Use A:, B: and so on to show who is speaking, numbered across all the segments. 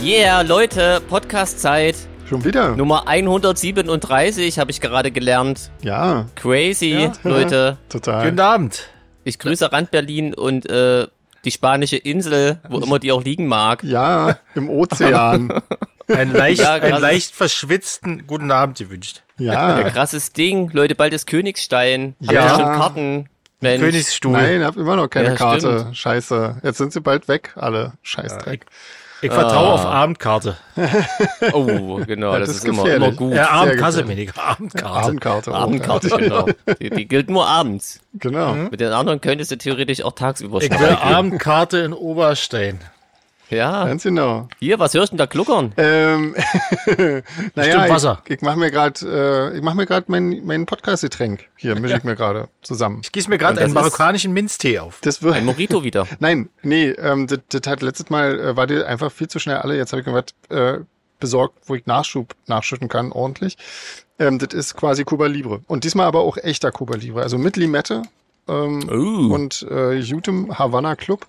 A: Yeah, Leute, Podcast-Zeit.
B: Schon wieder?
A: Nummer 137 habe ich gerade gelernt.
B: Ja,
A: Crazy,
C: Ja.
A: Leute.
B: total.
C: Guten Abend.
A: Ich grüße Rand Berlin und äh, die spanische Insel, wo immer die auch liegen mag.
B: Ja, im Ozean.
C: Ein leicht,
A: Ja,
C: einen
A: gerade.
C: leicht verschwitzten guten Abend gewünscht.
B: Ja.
A: Krasses Ding. Leute, bald ist Königstein. Habt
B: Ja.
A: ihr schon Karten? Mensch.
C: Königsstuhl.
B: Nein, hab immer noch keine
A: Ja,
B: Karte.
A: stimmt.
B: Scheiße. Jetzt sind sie bald weg, alle. Scheißdreck.
C: Ich vertraue auf Abendkarte.
A: Oh, genau,
B: Ja,
A: das,
B: das ist
A: ist immer,
B: gefährlich.
A: immer gut.
C: Ja, Abendkasse,
B: gefährlich.
C: weniger. Abendkarte.
B: Abendkarte.
A: Abendkarte,
B: Ja,
A: genau. Die, die gilt nur abends.
B: Genau.
A: Mit den anderen könntest du theoretisch auch tagsüber
C: Ich will
A: starten.
C: Abendkarte in Oberstein.
A: Ja,
B: Ganz genau.
A: hier, was hörst du denn da gluckern?
B: Ähm, naja,
C: Stimmt, Wasser.
B: ich, ich mache mir gerade, äh, ich mache mir gerade mein, mein Podcast-Getränk. Hier mische ich mir gerade zusammen.
C: Ich gieße mir gerade
A: das
C: einen
A: ist-
C: marokkanischen Minztee auf.
B: Das wird,
A: Ein Morito wieder.
B: Nein, nee, ähm, das, das hat letztes Mal, äh, war die einfach viel zu schnell alle. Jetzt habe ich mir was äh, besorgt, wo ich Nachschub nachschütten kann, ordentlich. Ähm, das ist quasi Cuba Libre. Und diesmal aber auch echter Cuba Libre. Also mit Limette ähm,
A: Uh.
B: und äh, Jutem Havana Club,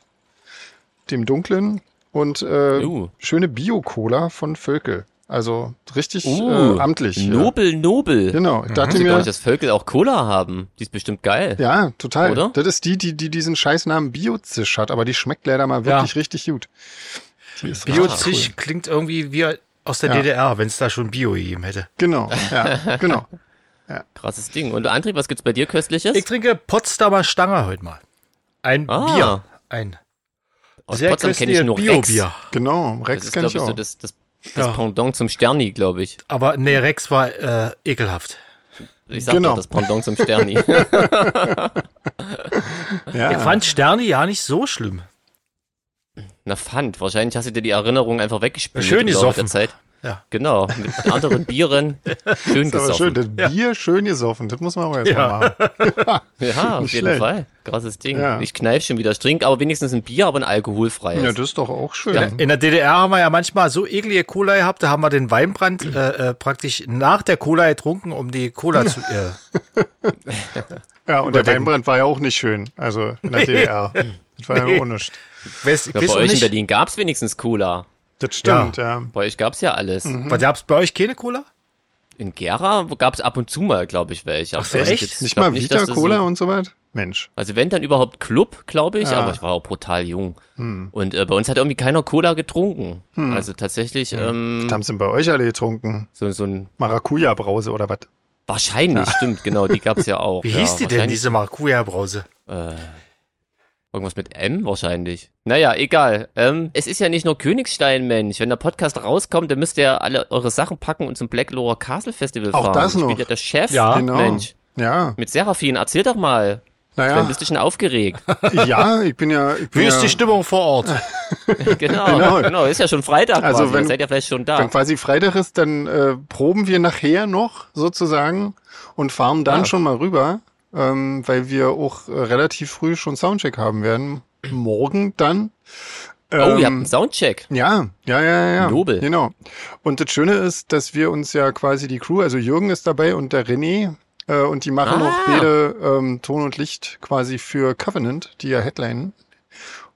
B: dem dunklen und äh,
A: Uh.
B: schöne Bio-Cola von Völkel. Also richtig
A: Uh, Mhm.
B: äh, amtlich. hier.
A: Nobel, Nobel.
B: Genau, ich dachte
A: Ich glaube
B: mir,
A: nicht, dass Völkel auch Cola haben. Die ist bestimmt geil.
B: ja, total.
A: Oder?
B: Das ist die, die, die diesen Scheißnamen Bio-Zisch hat, aber die schmeckt leider mal
C: Ja.
B: wirklich richtig gut. Die ist richtig
C: Bio-Zisch klingt irgendwie wie aus der
B: Ja.
C: DDR, wenn es da schon Bio gegeben hätte.
B: Genau, ja, genau.
A: Krasses Ding. Und André, was gibt's bei dir Köstliches?
C: Ich trinke Potsdamer Stange heute mal. Ein
A: Ah.
C: Bier. Ein
A: Aus
C: sehr
A: Potsdam kenne ich
C: köstliches
A: nur Rex.
C: Bio-Bier.
B: Genau,
A: Das
B: Rex
A: ist,
B: kenn
A: glaube
B: ich
A: ich,
B: auch.
A: so das, das, das
C: Ja.
A: Pendant zum Sterni, glaube ich.
C: Aber nee, Rex war äh, ekelhaft.
A: Ich sag
B: Genau.
A: doch, das Pendant zum Sterni.
B: ja.
C: Ich fand Sterne ja nicht so schlimm.
A: Na, Pfand. Wahrscheinlich hast du dir die Erinnerung einfach weggespült.
C: Schön
A: im Laufe
C: gesoffen.
A: Der Zeit.
C: Ja.
A: Genau, mit anderen Bieren. Schön
B: das ist aber
A: gesoffen.
B: schön, das Bier schön gesoffen, das muss man auch erstmal
C: Ja.
B: machen.
A: Ja, auf
B: Nicht
A: jeden
B: schlecht.
A: Fall. Krasses Ding.
B: Ja.
A: Ich kneif schon wieder. Ich trinke aber wenigstens ein Bier, aber ein alkoholfreies.
B: Ja, das ist doch auch schön.
C: In der DDR haben wir ja manchmal so eklige Cola gehabt, da haben wir den Weinbrand äh, äh, praktisch nach der Cola getrunken, um die Cola zu. Äh,
B: Ja, und der Weinbrand war ja auch nicht schön, also in der DDR. Das war ja auch nicht.
C: weiß, ich
A: ja,
C: weiß
A: bei
C: auch
A: euch in
C: nicht,
A: Berlin gab's wenigstens Cola.
B: Das stimmt, ja.
A: Bei euch gab's ja alles.
B: Mhm.
C: gab es bei euch keine Cola?
A: In Gera gab's ab und zu mal, glaube ich, welche. Aber
C: so,
A: ich
C: echt?
A: jetzt- ich
B: Nicht
A: glaub
B: mal Vita
A: dass das
B: Cola
A: so-
B: und so was? Mensch.
A: Also wenn dann überhaupt Club, glaube ich,
B: Ja.
A: aber ich war auch brutal jung. Und äh, bei uns hat irgendwie keiner Cola getrunken. Also tatsächlich
B: Was
A: ähm,
B: haben sie denn bei euch alle getrunken?
A: so, so ein
B: Maracuja-Brause oder was?
A: wahrscheinlich, stimmt, genau, die gab's ja auch.
C: Wie
A: ja,
C: hieß die denn,
A: wahrscheinlich-
C: diese Maracuja-Brause?
A: Irgendwas mit M wahrscheinlich. Naja, egal. Ähm, es ist ja nicht nur Königstein, Mensch. Wenn der Podcast rauskommt, dann müsst ihr alle eure Sachen packen und zum Blacklower Castle Festival
B: Auch
A: fahren.
B: das noch.
A: Spielt ja der Chef,
C: Ja.
B: Genau.
A: Mensch.
B: Ja,
A: Mit Seraphin, erzähl doch mal. Dann
B: naja.
A: bist du schon aufgeregt.
B: Ja, ich bin ja. Ich
C: Wie
B: bin
C: ist
B: ja
C: die Stimmung vor Ort?
A: genau,
B: Genau.
A: genau, Ist ja schon Freitag
B: Also
A: quasi.
B: wenn-
A: Dann seid ihr vielleicht schon da.
B: Wenn quasi Freitag ist, dann äh, proben wir nachher noch sozusagen und fahren dann schon mal rüber, ähm, weil wir auch äh, relativ früh schon Soundcheck haben werden. Morgen dann.
A: oh, ihr habt
B: Ähm,
A: einen Soundcheck.
B: ja, ja, ja, ja, ja.
A: Nobel.
B: Genau. Und das Schöne ist, dass wir uns ja quasi die Crew, also Jürgen ist dabei und der René, äh, und die machen auch
A: Ah.
B: beide ähm, Ton und Licht quasi für Covenant, die ja headlinen.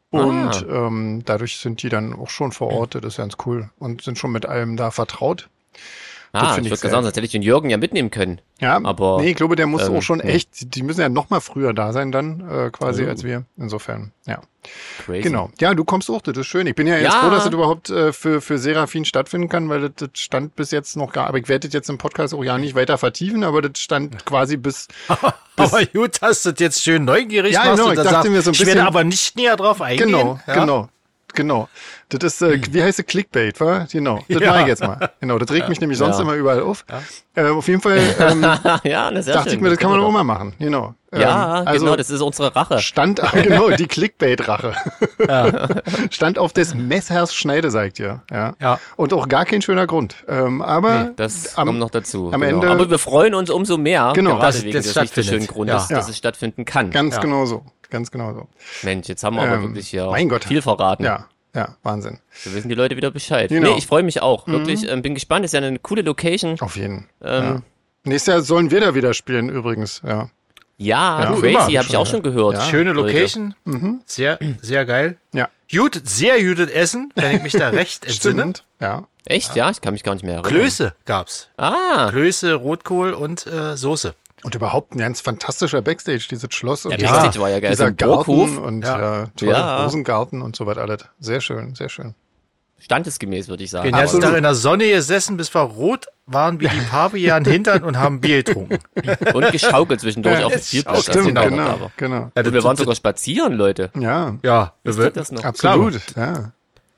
B: Und
A: Ah.
B: ähm, dadurch sind die dann auch schon vor Ort, das ist ganz cool. Und sind schon mit allem da vertraut.
A: Ah,
B: find
A: ich
B: ich
A: würde
B: sehr-
A: sagen, sonst hätte ich den Jürgen ja mitnehmen können.
B: Ja,
A: Aber,
B: nee, ich glaube, der muss
A: ähm,
B: auch schon
A: nee.
B: echt, die- die müssen ja noch mal früher da sein dann, äh, quasi
A: Oh.
B: als wir. Insofern, ja,
A: Crazy.
B: genau. Ja, du kommst auch, das ist schön. Ich bin ja jetzt
A: Ja.
B: froh, dass das überhaupt äh, für, für Serafin stattfinden kann, weil das, das stand bis jetzt noch gar, aber ich werde das jetzt im Podcast auch ja nicht weiter vertiefen, aber das stand quasi bis,
C: aber gut, dass du das jetzt schön neugierig
B: Ja,
C: machst
B: genau,
C: und
B: ich
C: dann
B: dachte
C: sagst,
B: mir so ein
C: ich werde
B: bisschen-
C: aber nicht näher drauf eingehen.
B: genau,
C: ja?
B: genau, genau. Das ist, äh,
A: Hm.
B: wie heißt es, Clickbait, wa? Genau, das
C: Ja.
B: mache ich jetzt mal. Genau, das regt mich nämlich sonst
A: Ja.
B: immer überall auf. Äh, auf jeden Fall ähm,
A: ja, na, sehr
B: dachte
A: schön.
B: ich mir, das kann man
A: wir
B: auch
A: doch.
B: mal machen, genau.
A: Ja,
B: Ähm, also,
A: genau, das ist unsere Rache.
B: Stand, genau, die Clickbait-Rache. Stand auf des Messers Schneide, sagt ihr. Ja.
C: Ja.
B: Und auch gar kein schöner Grund. Ähm, aber
A: Das
B: am-
A: kommt noch dazu.
B: am
A: genau.
B: Ende-
A: Aber wir freuen uns umso mehr,
B: Genau.
A: gerade
B: Dass
A: wegen
C: das
A: des nicht so schönen
C: stattfindet. Ja.
A: Grundes, dass
B: Ja.
A: es stattfinden kann.
B: ganz
C: Ja.
B: genau so. Ganz genau so.
A: Mensch, jetzt haben wir aber
B: Ähm,
A: wirklich hier
B: mein Gott.
A: viel verraten.
B: Ja, ja, Wahnsinn.
A: Da wissen die Leute wieder Bescheid.
B: Genau.
A: Nee, ich freue mich auch. Wirklich, ähm, bin gespannt. Ist ja eine coole Location.
B: Auf jeden.
A: Ähm,
B: Nächstes Jahr sollen wir da wieder spielen, übrigens. Ja.
A: ja,
B: Ja.
A: crazy,
C: Immer.
A: habe ich auch schon gehört.
B: Ja.
C: Schöne
A: Leute.
B: Mhm.
C: Location. Sehr, sehr geil.
B: Ja.
C: gut, sehr gutes Essen, wenn ich mich da recht entsinne.
B: Stimmt. Ja.
A: Echt? Ja, ich kann mich gar nicht mehr erinnern.
C: Klöße gab's.
A: Ah,
C: Klöße, Rotkohl und äh, Soße.
B: Und überhaupt ein ganz fantastischer Backstage, dieses Schloss und
A: ja,
B: dieser,
A: Backstage war ja geil.
B: dieser
A: so ein Burghof.
B: Garten und
C: Ja.
B: ja. toll,
A: Ja.
B: Rosengarten und so weiter alles. Sehr schön, sehr schön.
A: Standesgemäß, würde ich sagen.
C: Den ganzen
A: Aber-
C: Tag in der Sonne gesessen, bis wir rot waren wie die Pavian hintern und haben Bier getrunken.
A: Und geschaukelt zwischendurch auf dem
C: es
A: Spielplatz. als wir
B: Stimmt,
A: da
B: genau,
A: waren.
B: genau.
C: Ja,
A: Und wir waren sogar spazieren, Leute.
B: Ja,
C: ja, wir,
A: Wisst ihr
C: wir,
A: das noch?
B: absolut. Ja.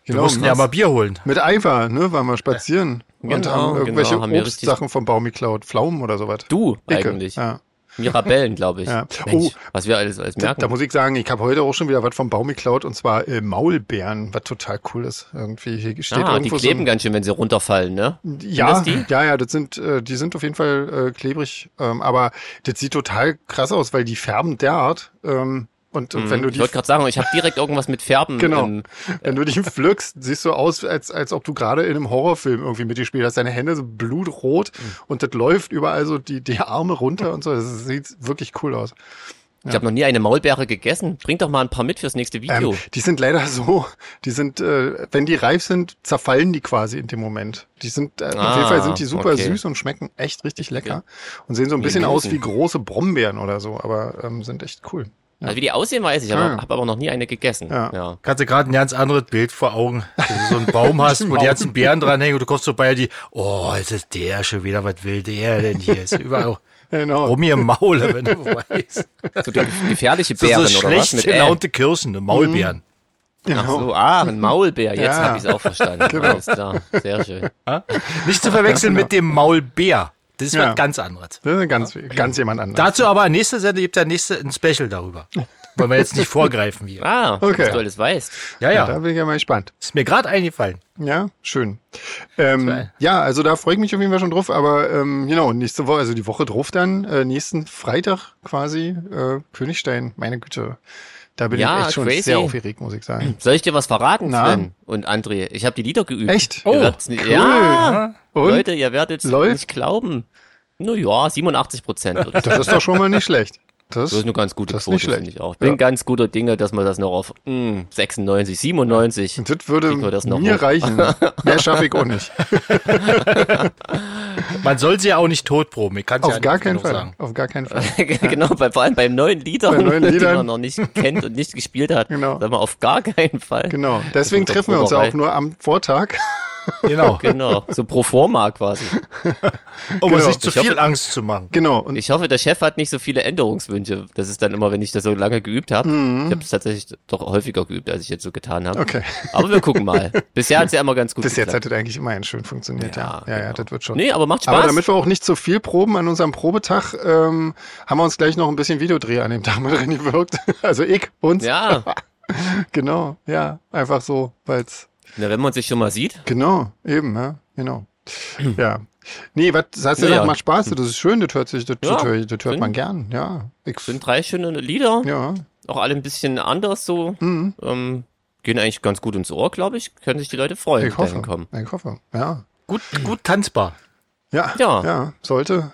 B: Genau,
C: mussten ja
B: krass.
C: mal Bier holen.
B: mit Eifer, ne, waren wir spazieren und
A: Genau,
B: haben irgendwelche
A: genau, haben wir richtig-
B: Obstsachen vom Baum geklaut, Pflaumen oder sowas.
A: Du
B: Dicke,
A: eigentlich.
B: Ja.
A: Mirabellen, glaube ich.
B: Ja.
A: Mensch,
B: Oh.
A: was wir alles, alles
B: Da,
A: merken.
B: da muss ich sagen, ich habe heute auch schon wieder was vom Baum geklaut und zwar äh, Maulbeeren, was total cool ist. Irgendwie hier steht
A: ah, die
B: irgendwo so
A: kleben
B: ein-
A: ganz schön, wenn sie runterfallen, ne?
B: Ja,
A: das die?
B: ja, ja, das sind, äh, die sind auf jeden Fall äh, klebrig, ähm, aber das sieht total krass aus, weil die färben derart. Ähm, und und wenn du
A: Mhm. ich
B: die,
A: wollte gerade sagen, ich habe direkt irgendwas mit Färben.
B: genau,
A: im-
B: wenn du die pflückst, siehst du aus, als, als ob du gerade in einem Horrorfilm irgendwie mitgespielt hast. Deine Hände so blutrot
A: Mhm.
B: und das läuft überall so die, die Arme runter und so. Das sieht wirklich cool aus.
A: ich habe noch nie eine Maulbeere gegessen. Bring doch mal ein paar mit fürs nächste Video.
B: Ähm, die sind leider so, die sind, äh, wenn die reif sind, zerfallen die quasi in dem Moment. Die sind, äh,
A: Ah,
B: auf jeden Fall sind die super
A: okay.
B: süß und schmecken echt richtig lecker und sehen so ein
A: Wie
B: bisschen aus
A: Linsen.
B: wie große Brombeeren oder so, aber ähm, sind echt cool.
A: Also wie die aussehen, weiß ich, aber
B: Ah, ja.
A: habe aber noch nie eine gegessen.
B: Ja.
A: ja.
C: Ich hatte gerade ein ganz anderes Bild vor Augen. Wenn du so einen Baum hast, wo die ganzen Bären dranhängen und du kommst vorbei, die, oh, jetzt ist der schon wieder, was will der denn hier? Ist überall
B: Genau.
C: rum ihr Maule, wenn du weißt.
A: So die gefährliche
C: Das
A: Bären
C: ist so
A: oder was?
C: schlecht
A: Mit Mhm. L.
C: gelaunte Kirschen, ne, Maulbeeren.
A: Ach so, ah, ein Maulbär. Jetzt
B: genau. Ja. Genau.
A: hab habe ich es auch verstanden. Alles klar. Sehr schön.
C: Nicht zu verwechseln mit dem Maulbär. Das ist
B: Ja.
C: was ganz anderes.
B: Das ist ganz, ganz jemand anderes.
C: Dazu aber nächste Sendung gibt der nächste ein Special darüber. Wollen wir jetzt nicht vorgreifen hier.
A: Ah,
B: Okay.
A: dass du alles weißt.
C: Ja,
B: ja. Da
C: ja.
B: bin ich ja mal gespannt.
C: Ist mir gerade eingefallen.
B: Ja, schön. Ähm, ja, also da freue ich mich auf jeden Fall schon drauf, aber ähm, genau, nächste Woche, also die Woche drauf dann, äh, nächsten Freitag quasi, äh, Königstein, meine Güte. Da bin
A: Ja,
B: ich echt schon
A: crazy.
B: sehr aufgeregt, muss ich sagen.
A: Soll ich dir was verraten,
B: Na?
A: Sven und André? Ich habe die Lieder geübt.
B: Echt?
A: Ihr
B: Oh,
A: werdet's nicht,
B: cool.
A: Ja,
B: Und?
A: Leute, ihr werdet
B: Läuft?
A: nicht glauben. Naja, 87 Prozent.
B: Das ist doch schon mal nicht schlecht. Das,
A: Das ist eine ganz gute
B: Das ist
A: Quote,
B: nicht schlecht.
A: finde ich auch. Bin ganz guter Dinge, dass man das noch auf mm, 96, 97.
B: das würde
A: Kriegen wir das noch
B: mir
A: hoch.
B: reichen. Mehr schaffe ich auch nicht.
C: Man soll sie ja auch nicht totproben. Ich kann ja
B: Auf
C: nicht
B: gar keinen
C: genug
B: Fall.
C: sagen.
B: Auf gar keinen Fall.
A: genau, bei, vor allem bei neuen Liedern,
B: Bei neuen
A: die
B: Liedern.
A: man noch nicht kennt und nicht gespielt hat.
B: Genau.
A: Sag mal, auf gar keinen Fall.
B: Genau. Deswegen
A: ist doch
B: treffen wir uns ja
A: Proberei.
B: auch nur am Vortag.
C: Genau.
A: Genau, so pro forma quasi.
C: Um uns
B: Genau.
C: nicht zu
A: Ich hoffe-
C: viel Angst zu machen.
B: Genau. Und
A: Ich hoffe, der Chef hat nicht so viele Änderungswünsche. Das ist dann immer, wenn ich das so lange geübt habe. Ich habe es tatsächlich doch häufiger geübt, als ich jetzt so getan habe.
B: Mhm. Okay.
A: Aber wir gucken mal. Bisher hat's ja immer ganz gut
B: bis jetzt
A: geklappt.
B: hat das eigentlich immerhin schön funktioniert. Ja, ja, ja,
A: genau.
B: das wird schon.
A: Nee, aber macht Spaß.
B: Aber damit wir auch nicht zu viel proben an unserem Probetag, ähm, haben wir uns gleich noch ein bisschen Videodreh an dem Tag mit drin gewirkt. Also ich, uns.
A: ja,
B: Genau, ja. Einfach so, weil's.
A: Na, wenn man sich schon mal sieht.
B: Genau, eben, ja. Genau. ja. Nee, was hast du
A: Naja.
B: gesagt, macht Spaß, das ist schön, das hört sich, das, das,
A: Ja,
B: hört, das hört
A: sind-
B: man gern, ja. Ich,
A: Sind drei schöne Lieder,
B: ja. Mhm.
A: auch alle ein bisschen anders so. Ähm, gehen eigentlich ganz gut ins Ohr, glaube ich. Können sich die Leute freuen,
B: Ich
A: die da
B: hoffe.
A: hinkommen.
B: Ich hoffe. Ja.
C: Gut, gut tanzbar.
B: Ja,
A: Ja.
B: ja. sollte.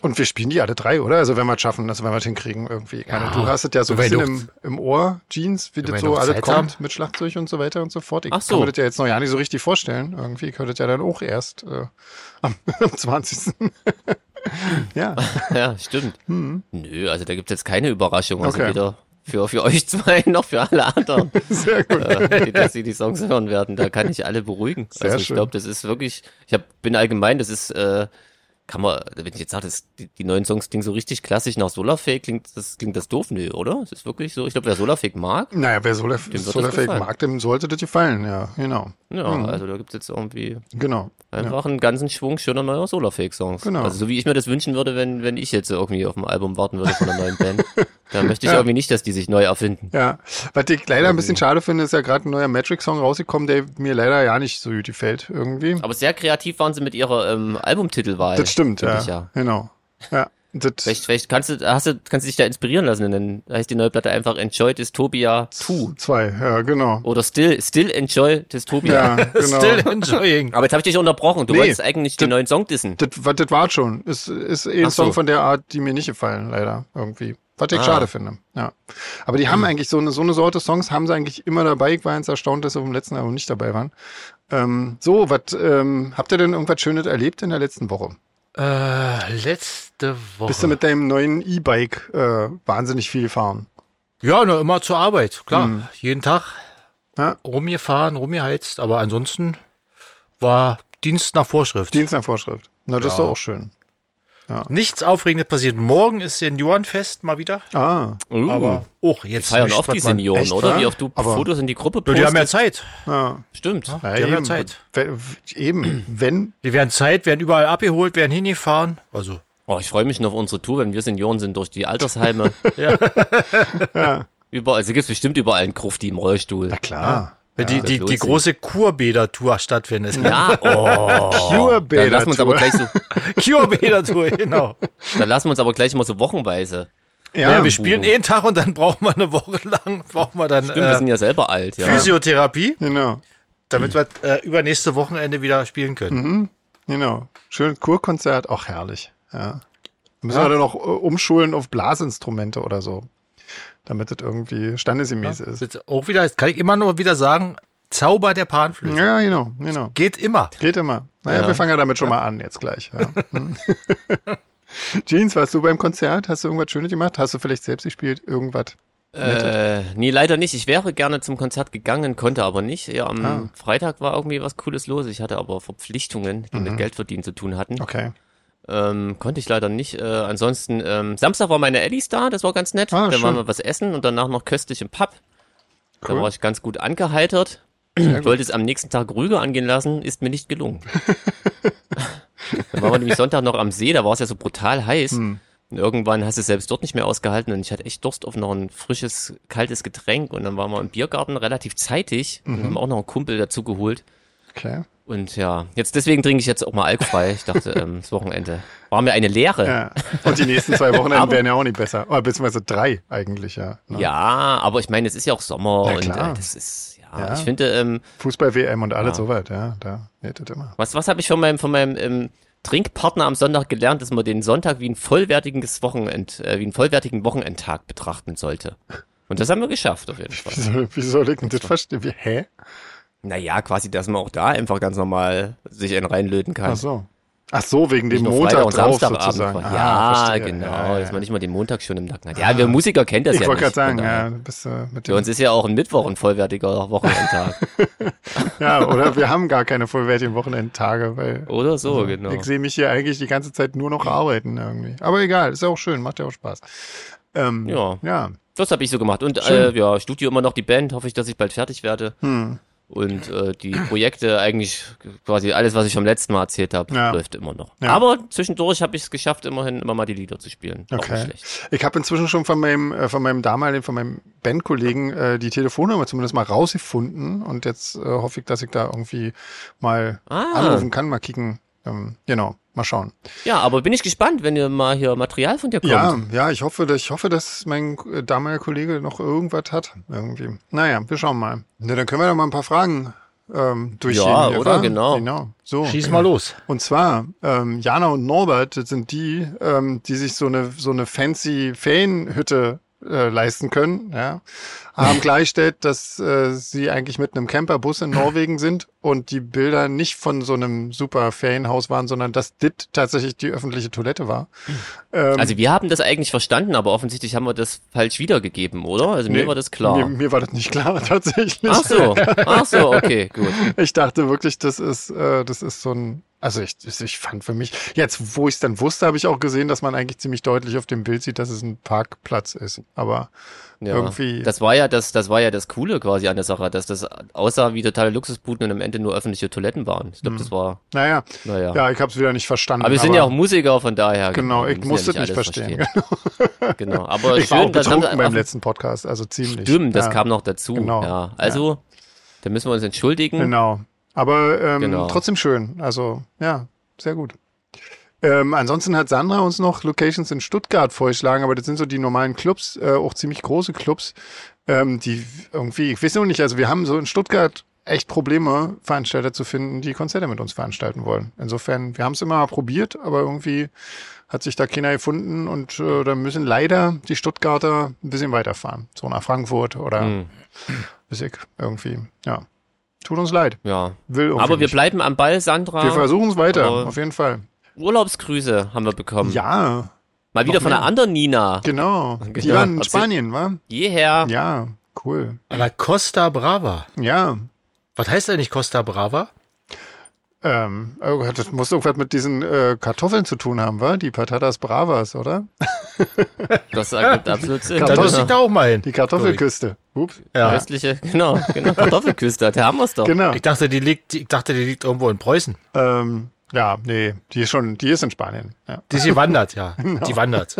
B: Und wir spielen die alle drei, oder? Also wenn wir es schaffen, also wenn wir es hinkriegen irgendwie. Ich meine, du hast es ja so ein
C: Wenn
B: bisschen
C: wir
B: im, im Ohr, Jeans, wie das
C: wir
B: so
C: noch
B: alles
C: Zeit
B: kommt
C: haben.
B: mit Schlagzeug und so weiter und so fort. Ich
A: Ach so.
B: kann mir das ja jetzt noch ja nicht so richtig vorstellen. Irgendwie könnte das ja dann auch erst äh, am, am 20. ja,
A: Ja, stimmt. Nö, also da gibt's jetzt keine Überraschung. Also
B: Mhm. Okay.
A: weder für, für euch zwei noch für alle anderen,
B: sehr gut.
A: äh, die, dass sie die Songs hören werden. Da kann ich alle beruhigen.
B: Sehr
A: also ich
B: schön.
A: glaube, das ist wirklich, ich hab, bin allgemein, das ist, äh, kann man, wenn ich jetzt sage, das, die, die neuen Songs klingen so richtig klassisch nach Solarfake, klingt das, klingt das doof, nö, oder? Es ist wirklich so. Ich glaube, wer Solarfake mag,
B: Naja, wer
A: wird das
B: Solarfake
A: gefallen.
B: mag, dem sollte das gefallen. Ja, genau.
A: ja, also da gibt's jetzt irgendwie
B: Genau.
A: Einfach einen ganzen Schwung schöner neuer Solarfake-Songs.
B: Genau.
A: Also so wie ich mir das wünschen würde, wenn, wenn ich jetzt irgendwie auf ein Album warten würde von einer neuen Band. Dann möchte ich irgendwie nicht, dass die sich neu erfinden.
B: Ja, was ich leider ein bisschen schade finde, ist ja gerade ein neuer Magic-Song rausgekommen, der mir leider ja nicht so gut gefällt irgendwie.
A: Aber sehr kreativ waren sie mit ihrer ähm, Albumtitelwahl.
B: Das stimmt,
A: finde
B: ja.
A: Ich ja.
B: Genau. Ja, das
A: Vielleicht, vielleicht kannst du, hast du, kannst du dich da inspirieren lassen, und dann heißt die neue Platte einfach Enjoy Dystopia 2.
B: zwei, ja, genau.
A: Oder Still, Still Enjoy Dystopia.
B: Ja, genau.
C: Still enjoying.
A: Aber jetzt habe ich dich unterbrochen. Du
B: Nee.
A: wolltest eigentlich den neuen Song dissen.
B: Das, was, das war schon. Ist, ist eh ein
A: Ach so.
B: Song von der Art, die mir nicht gefallen, leider, irgendwie. Was ich
A: Ah. Hm.
B: schade finde. Ja. Aber die haben eigentlich so eine, so eine Sorte Songs haben sie eigentlich immer dabei. Ich war jetzt erstaunt, dass sie vom letzten Album nicht dabei waren. Ähm, so, was, ähm, habt ihr denn irgendwas Schönes erlebt in der letzten Woche?
C: Äh, letzte Woche.
B: Bist du mit deinem neuen E-Bike äh, wahnsinnig viel gefahren?
C: ja, na, immer zur Arbeit, klar. Jeden Tag
B: Mhm. Ja.
C: rumgefahren, rumgeheizt, aber ansonsten war Dienst nach Vorschrift.
B: Dienst nach Vorschrift. Na, das ist
C: Ja.
B: doch auch schön.
C: Nichts Aufregendes passiert. Morgen ist Seniorenfest mal wieder.
B: Ah,
A: Uh,
C: Aber, och, jetzt
A: feiern
C: mischt
A: oft
C: man-
A: die Senioren,
B: Echt,
A: oder?
B: wa?
A: Wie oft du
B: Aber-
A: Fotos in die Gruppe
C: Ja,
A: postest.
C: Die haben ja Zeit.
B: ja.
A: Stimmt.
C: Ja, die haben ja
B: eben.
C: Zeit.
B: Wenn, eben, wenn,
C: Die werden Zeit, werden überall abgeholt, werden hingefahren. Also,
A: Oh, ich freue mich noch auf unsere Tour, wenn wir Senioren sind, durch die Altersheime.
C: Ja.
A: Überall, also gibt es bestimmt überall einen Krufti im Rollstuhl.
B: na klar.
A: Ah.
C: wenn die, die,
A: lohnt
C: die
A: sich.
C: große Kurbäder-Tour stattfindet.
A: Ja, oh.
B: Pure
A: Dann lassen wir uns aber
B: Beta-Tour.
A: gleich so,
C: Kurbäder-Tour, genau.
A: dann lassen wir uns aber gleich mal so wochenweise.
C: Ja,
B: Ja,
C: wir spielen einen Tag und dann brauchen wir eine Woche lang, brauchen wir dann
A: Stimmt, wir sind
C: äh,
A: ja selber alt, ja.
C: Physiotherapie,
B: genau.
C: damit wir äh, übernächste Wochenende wieder spielen können.
B: Genau. Schönes Kurkonzert, auch herrlich. Ja. Müssen wir dann noch äh, umschulen auf Blasinstrumente oder so. Damit das irgendwie standesgemäß
C: Das
B: ist.
C: ist auch wieder, das kann ich immer nur wieder sagen, Zauber der Panflöte.
B: Ja, genau, genau.
C: Geht immer.
B: Geht immer. Naja,
A: Ja.
B: wir fangen ja damit schon mal an jetzt gleich. Ja. Hm. Jeans, warst du beim Konzert? Hast du irgendwas Schönes gemacht? Hast du vielleicht selbst gespielt? Irgendwas?
A: Äh, nee, leider nicht. Ich wäre gerne zum Konzert gegangen, konnte aber nicht. Ja, am
B: Ah.
A: Freitag war irgendwie was Cooles los. Ich hatte aber Verpflichtungen, die
B: Mhm.
A: mit Geldverdienen zu tun hatten.
B: Okay.
A: Ähm, konnte ich leider nicht. Äh, ansonsten, ähm, Samstag war meine Ellis da, das war ganz nett.
B: Ah,
A: Dann
B: schön.
A: waren wir was essen und danach noch köstlich im Pub. Da
B: Cool.
A: war ich ganz gut angeheitert.
B: Sehr gut.
A: Wollte es am nächsten Tag Rüge angehen lassen, ist mir nicht gelungen. Dann waren wir nämlich Sonntag noch am See, da war es ja so brutal heiß.
B: Hm.
A: Und irgendwann hast du es selbst dort nicht mehr ausgehalten und ich hatte echt Durst auf noch ein frisches, kaltes Getränk. Und dann waren wir im Biergarten relativ zeitig
B: Mhm.
A: und haben auch noch einen Kumpel dazu geholt.
B: Okay.
A: Und ja, jetzt deswegen trinke ich jetzt auch mal alkoholfrei. Ich dachte, ähm, das Wochenende war mir eine Lehre.
B: Ja. Und die nächsten zwei Wochenenden werden ja auch nicht besser. Oder beziehungsweise drei eigentlich, ja. Ne?
A: Ja, aber ich meine, es ist ja auch Sommer
B: Na
A: und
B: klar.
A: äh, das ist, ja,
B: Ja.
A: ich finde, ähm,
B: Fußball-WM und alles
A: Ja.
B: soweit, ja. Da geht das immer.
A: was, was habe ich von meinem, von meinem ähm, Trinkpartner am Sonntag gelernt, dass man den Sonntag wie ein vollwertiges Wochenend, äh, wie einen vollwertigen Wochenendtag betrachten sollte. Und das haben wir geschafft, auf jeden Fall.
B: Wie soll, wie soll ich denn das verstehen? Wie, hä?
A: Naja, quasi, dass man auch da einfach ganz normal sich einen reinlöten kann.
B: Ach so. Ach so, wegen
A: Nicht
B: dem
A: nur
B: Also Montag
A: Freitag und
B: drauf
A: Samstagabend
B: sozusagen.
A: quasi.
B: Ah,
A: Ja,
B: verstehe.
A: genau,
B: Ja, ja,
A: dass
B: ja.
A: man nicht mal den Montag schon im Nacken hat. Ja, wir Musiker kennen das
B: Ich
A: ja
B: wollte gerade
A: nicht.
B: sagen,
A: Von
B: ja,
A: daher.
B: du bist äh, mit
A: Für
B: dem,
A: uns ist ja auch ein Mittwoch ein vollwertiger Wochenendtag.
B: Ja, oder wir haben gar keine vollwertigen Wochenendtage, weil
A: Oder so, genau.
B: ich sehe mich hier eigentlich die ganze Zeit nur noch arbeiten irgendwie. Aber egal, ist ja auch schön, macht ja auch Spaß. Ähm,
A: Ja.
B: Ja.
A: Das habe ich so gemacht. Und äh, ja, Studio immer noch die Band, hoffe ich, dass ich bald fertig werde.
B: Hm.
A: Und äh, die Projekte, eigentlich quasi alles, was ich vom letzten Mal erzählt habe,
B: Ja.
A: läuft immer noch.
B: Ja.
A: Aber zwischendurch habe ich es geschafft, immerhin immer mal die Lieder zu spielen. Auch
B: Okay.
A: nicht schlecht.
B: Ich habe inzwischen schon von meinem, äh, von meinem damaligen, von meinem Bandkollegen äh, die Telefonnummer zumindest mal rausgefunden und jetzt äh, hoffe ich, dass ich da irgendwie mal
A: Ah.
B: anrufen kann, mal kicken. Ähm, genau, mal schauen.
A: Ja, aber bin ich gespannt, wenn ihr mal hier Material von dir kommt.
B: Ja, ja, ich hoffe, dass- ich hoffe, dass mein äh, damaliger Kollege noch irgendwas hat. Irgendwie. Naja, wir schauen mal. Na, dann können wir doch mal ein paar Fragen ähm, durchgehen.
A: Ja,
B: hier,
A: oder?
B: wa?
A: Genau.
B: Genau. So.
C: Schieß mal los.
B: Und zwar, ähm, Jana und Norbert, das sind die, ähm, die sich so eine, so eine fancy Ferienhütte äh, leisten können, ja, haben klargestellt, dass äh, sie eigentlich mit einem Camperbus in Norwegen sind und die Bilder nicht von so einem super Ferienhaus waren, sondern dass dit tatsächlich die öffentliche Toilette war. Ähm,
A: Also wir haben das eigentlich verstanden, aber offensichtlich haben wir das falsch wiedergegeben, oder? Also mir
B: Nee,
A: war das klar.
B: Mir, mir war das nicht klar, tatsächlich.
A: Ach so, ach so, okay, gut.
B: Ich dachte wirklich, das ist, äh, das ist so ein. Also ich, ich fand für mich, jetzt wo ich es dann wusste, habe ich auch gesehen, dass man eigentlich ziemlich deutlich auf dem Bild sieht, dass es ein Parkplatz ist. Aber
A: Ja.
B: Irgendwie-
A: Das war ja das, das war ja das Coole quasi an der Sache, dass das aussah wie totale Luxusbuden und am Ende nur öffentliche Toiletten waren. Ich glaube, das war,
B: naja,
A: naja.
B: Mhm. ja, ich habe es wieder nicht verstanden.
A: Aber wir sind ja auch Musiker, von daher.
B: Genau,
A: wir
B: ich
A: müssen
B: muss
A: ja
B: das nicht verstehen.
A: verstehen. genau, aber
B: ich war
A: schön,
B: auch
A: das haben sie
B: betrunken beim
A: einfach-
B: letzten Podcast, also ziemlich.
A: Stimmt, das
B: ja,
A: kam noch dazu.
B: Genau.
A: Ja, also, da müssen wir uns entschuldigen.
B: Genau. Aber ähm,
A: Genau.
B: trotzdem schön. Also ja, sehr gut. Ähm, ansonsten hat Sandra uns noch Locations in Stuttgart vorgeschlagen, aber das sind so die normalen Clubs, äh, auch ziemlich große Clubs, ähm, die irgendwie, ich weiß noch nicht, also wir haben so in Stuttgart echt Probleme, Veranstalter zu finden, die Konzerte mit uns veranstalten wollen. Insofern, wir haben es immer probiert, aber irgendwie hat sich da keiner gefunden und äh, da müssen leider die Stuttgarter ein bisschen weiterfahren. So nach Frankfurt oder
A: Hm.
B: Bissig irgendwie. Ja. Tut uns leid.
A: Ja.
B: Will irgendwie
A: Aber wir
B: nicht.
A: bleiben am Ball, Sandra.
B: wir versuchen es weiter,
A: Aber-
B: auf jeden Fall.
A: Urlaubsgrüße haben wir bekommen.
B: Ja,
A: Mal wieder von einer anderen Nina.
B: genau. Die
A: Genau.
B: waren in
A: Hat sie-
B: Spanien, wa?
A: Jeher.
B: Ja, cool.
C: Aber Costa Brava.
B: Ja.
C: Was heißt eigentlich Costa Brava?
B: Ähm, oh Gott, das muss irgendwas mit diesen äh, Kartoffeln zu tun haben, wa? Die Patatas Bravas, oder?
A: Das ergibt absolut Sinn.
C: Da
B: Kartoffel-
C: müsste ich da auch mal hin.
B: Die Kartoffelküste. Ups.
A: Ja.
C: Ja.
A: Östliche, genau, genau. Kartoffelküste, da haben wir's doch.
B: Genau.
C: Ich dachte, die liegt, ich dachte, die liegt irgendwo in Preußen.
B: Ähm, ja, nee, die ist schon, die ist in Spanien. Ja,
C: Die ist gewandert, ja. Die wandert.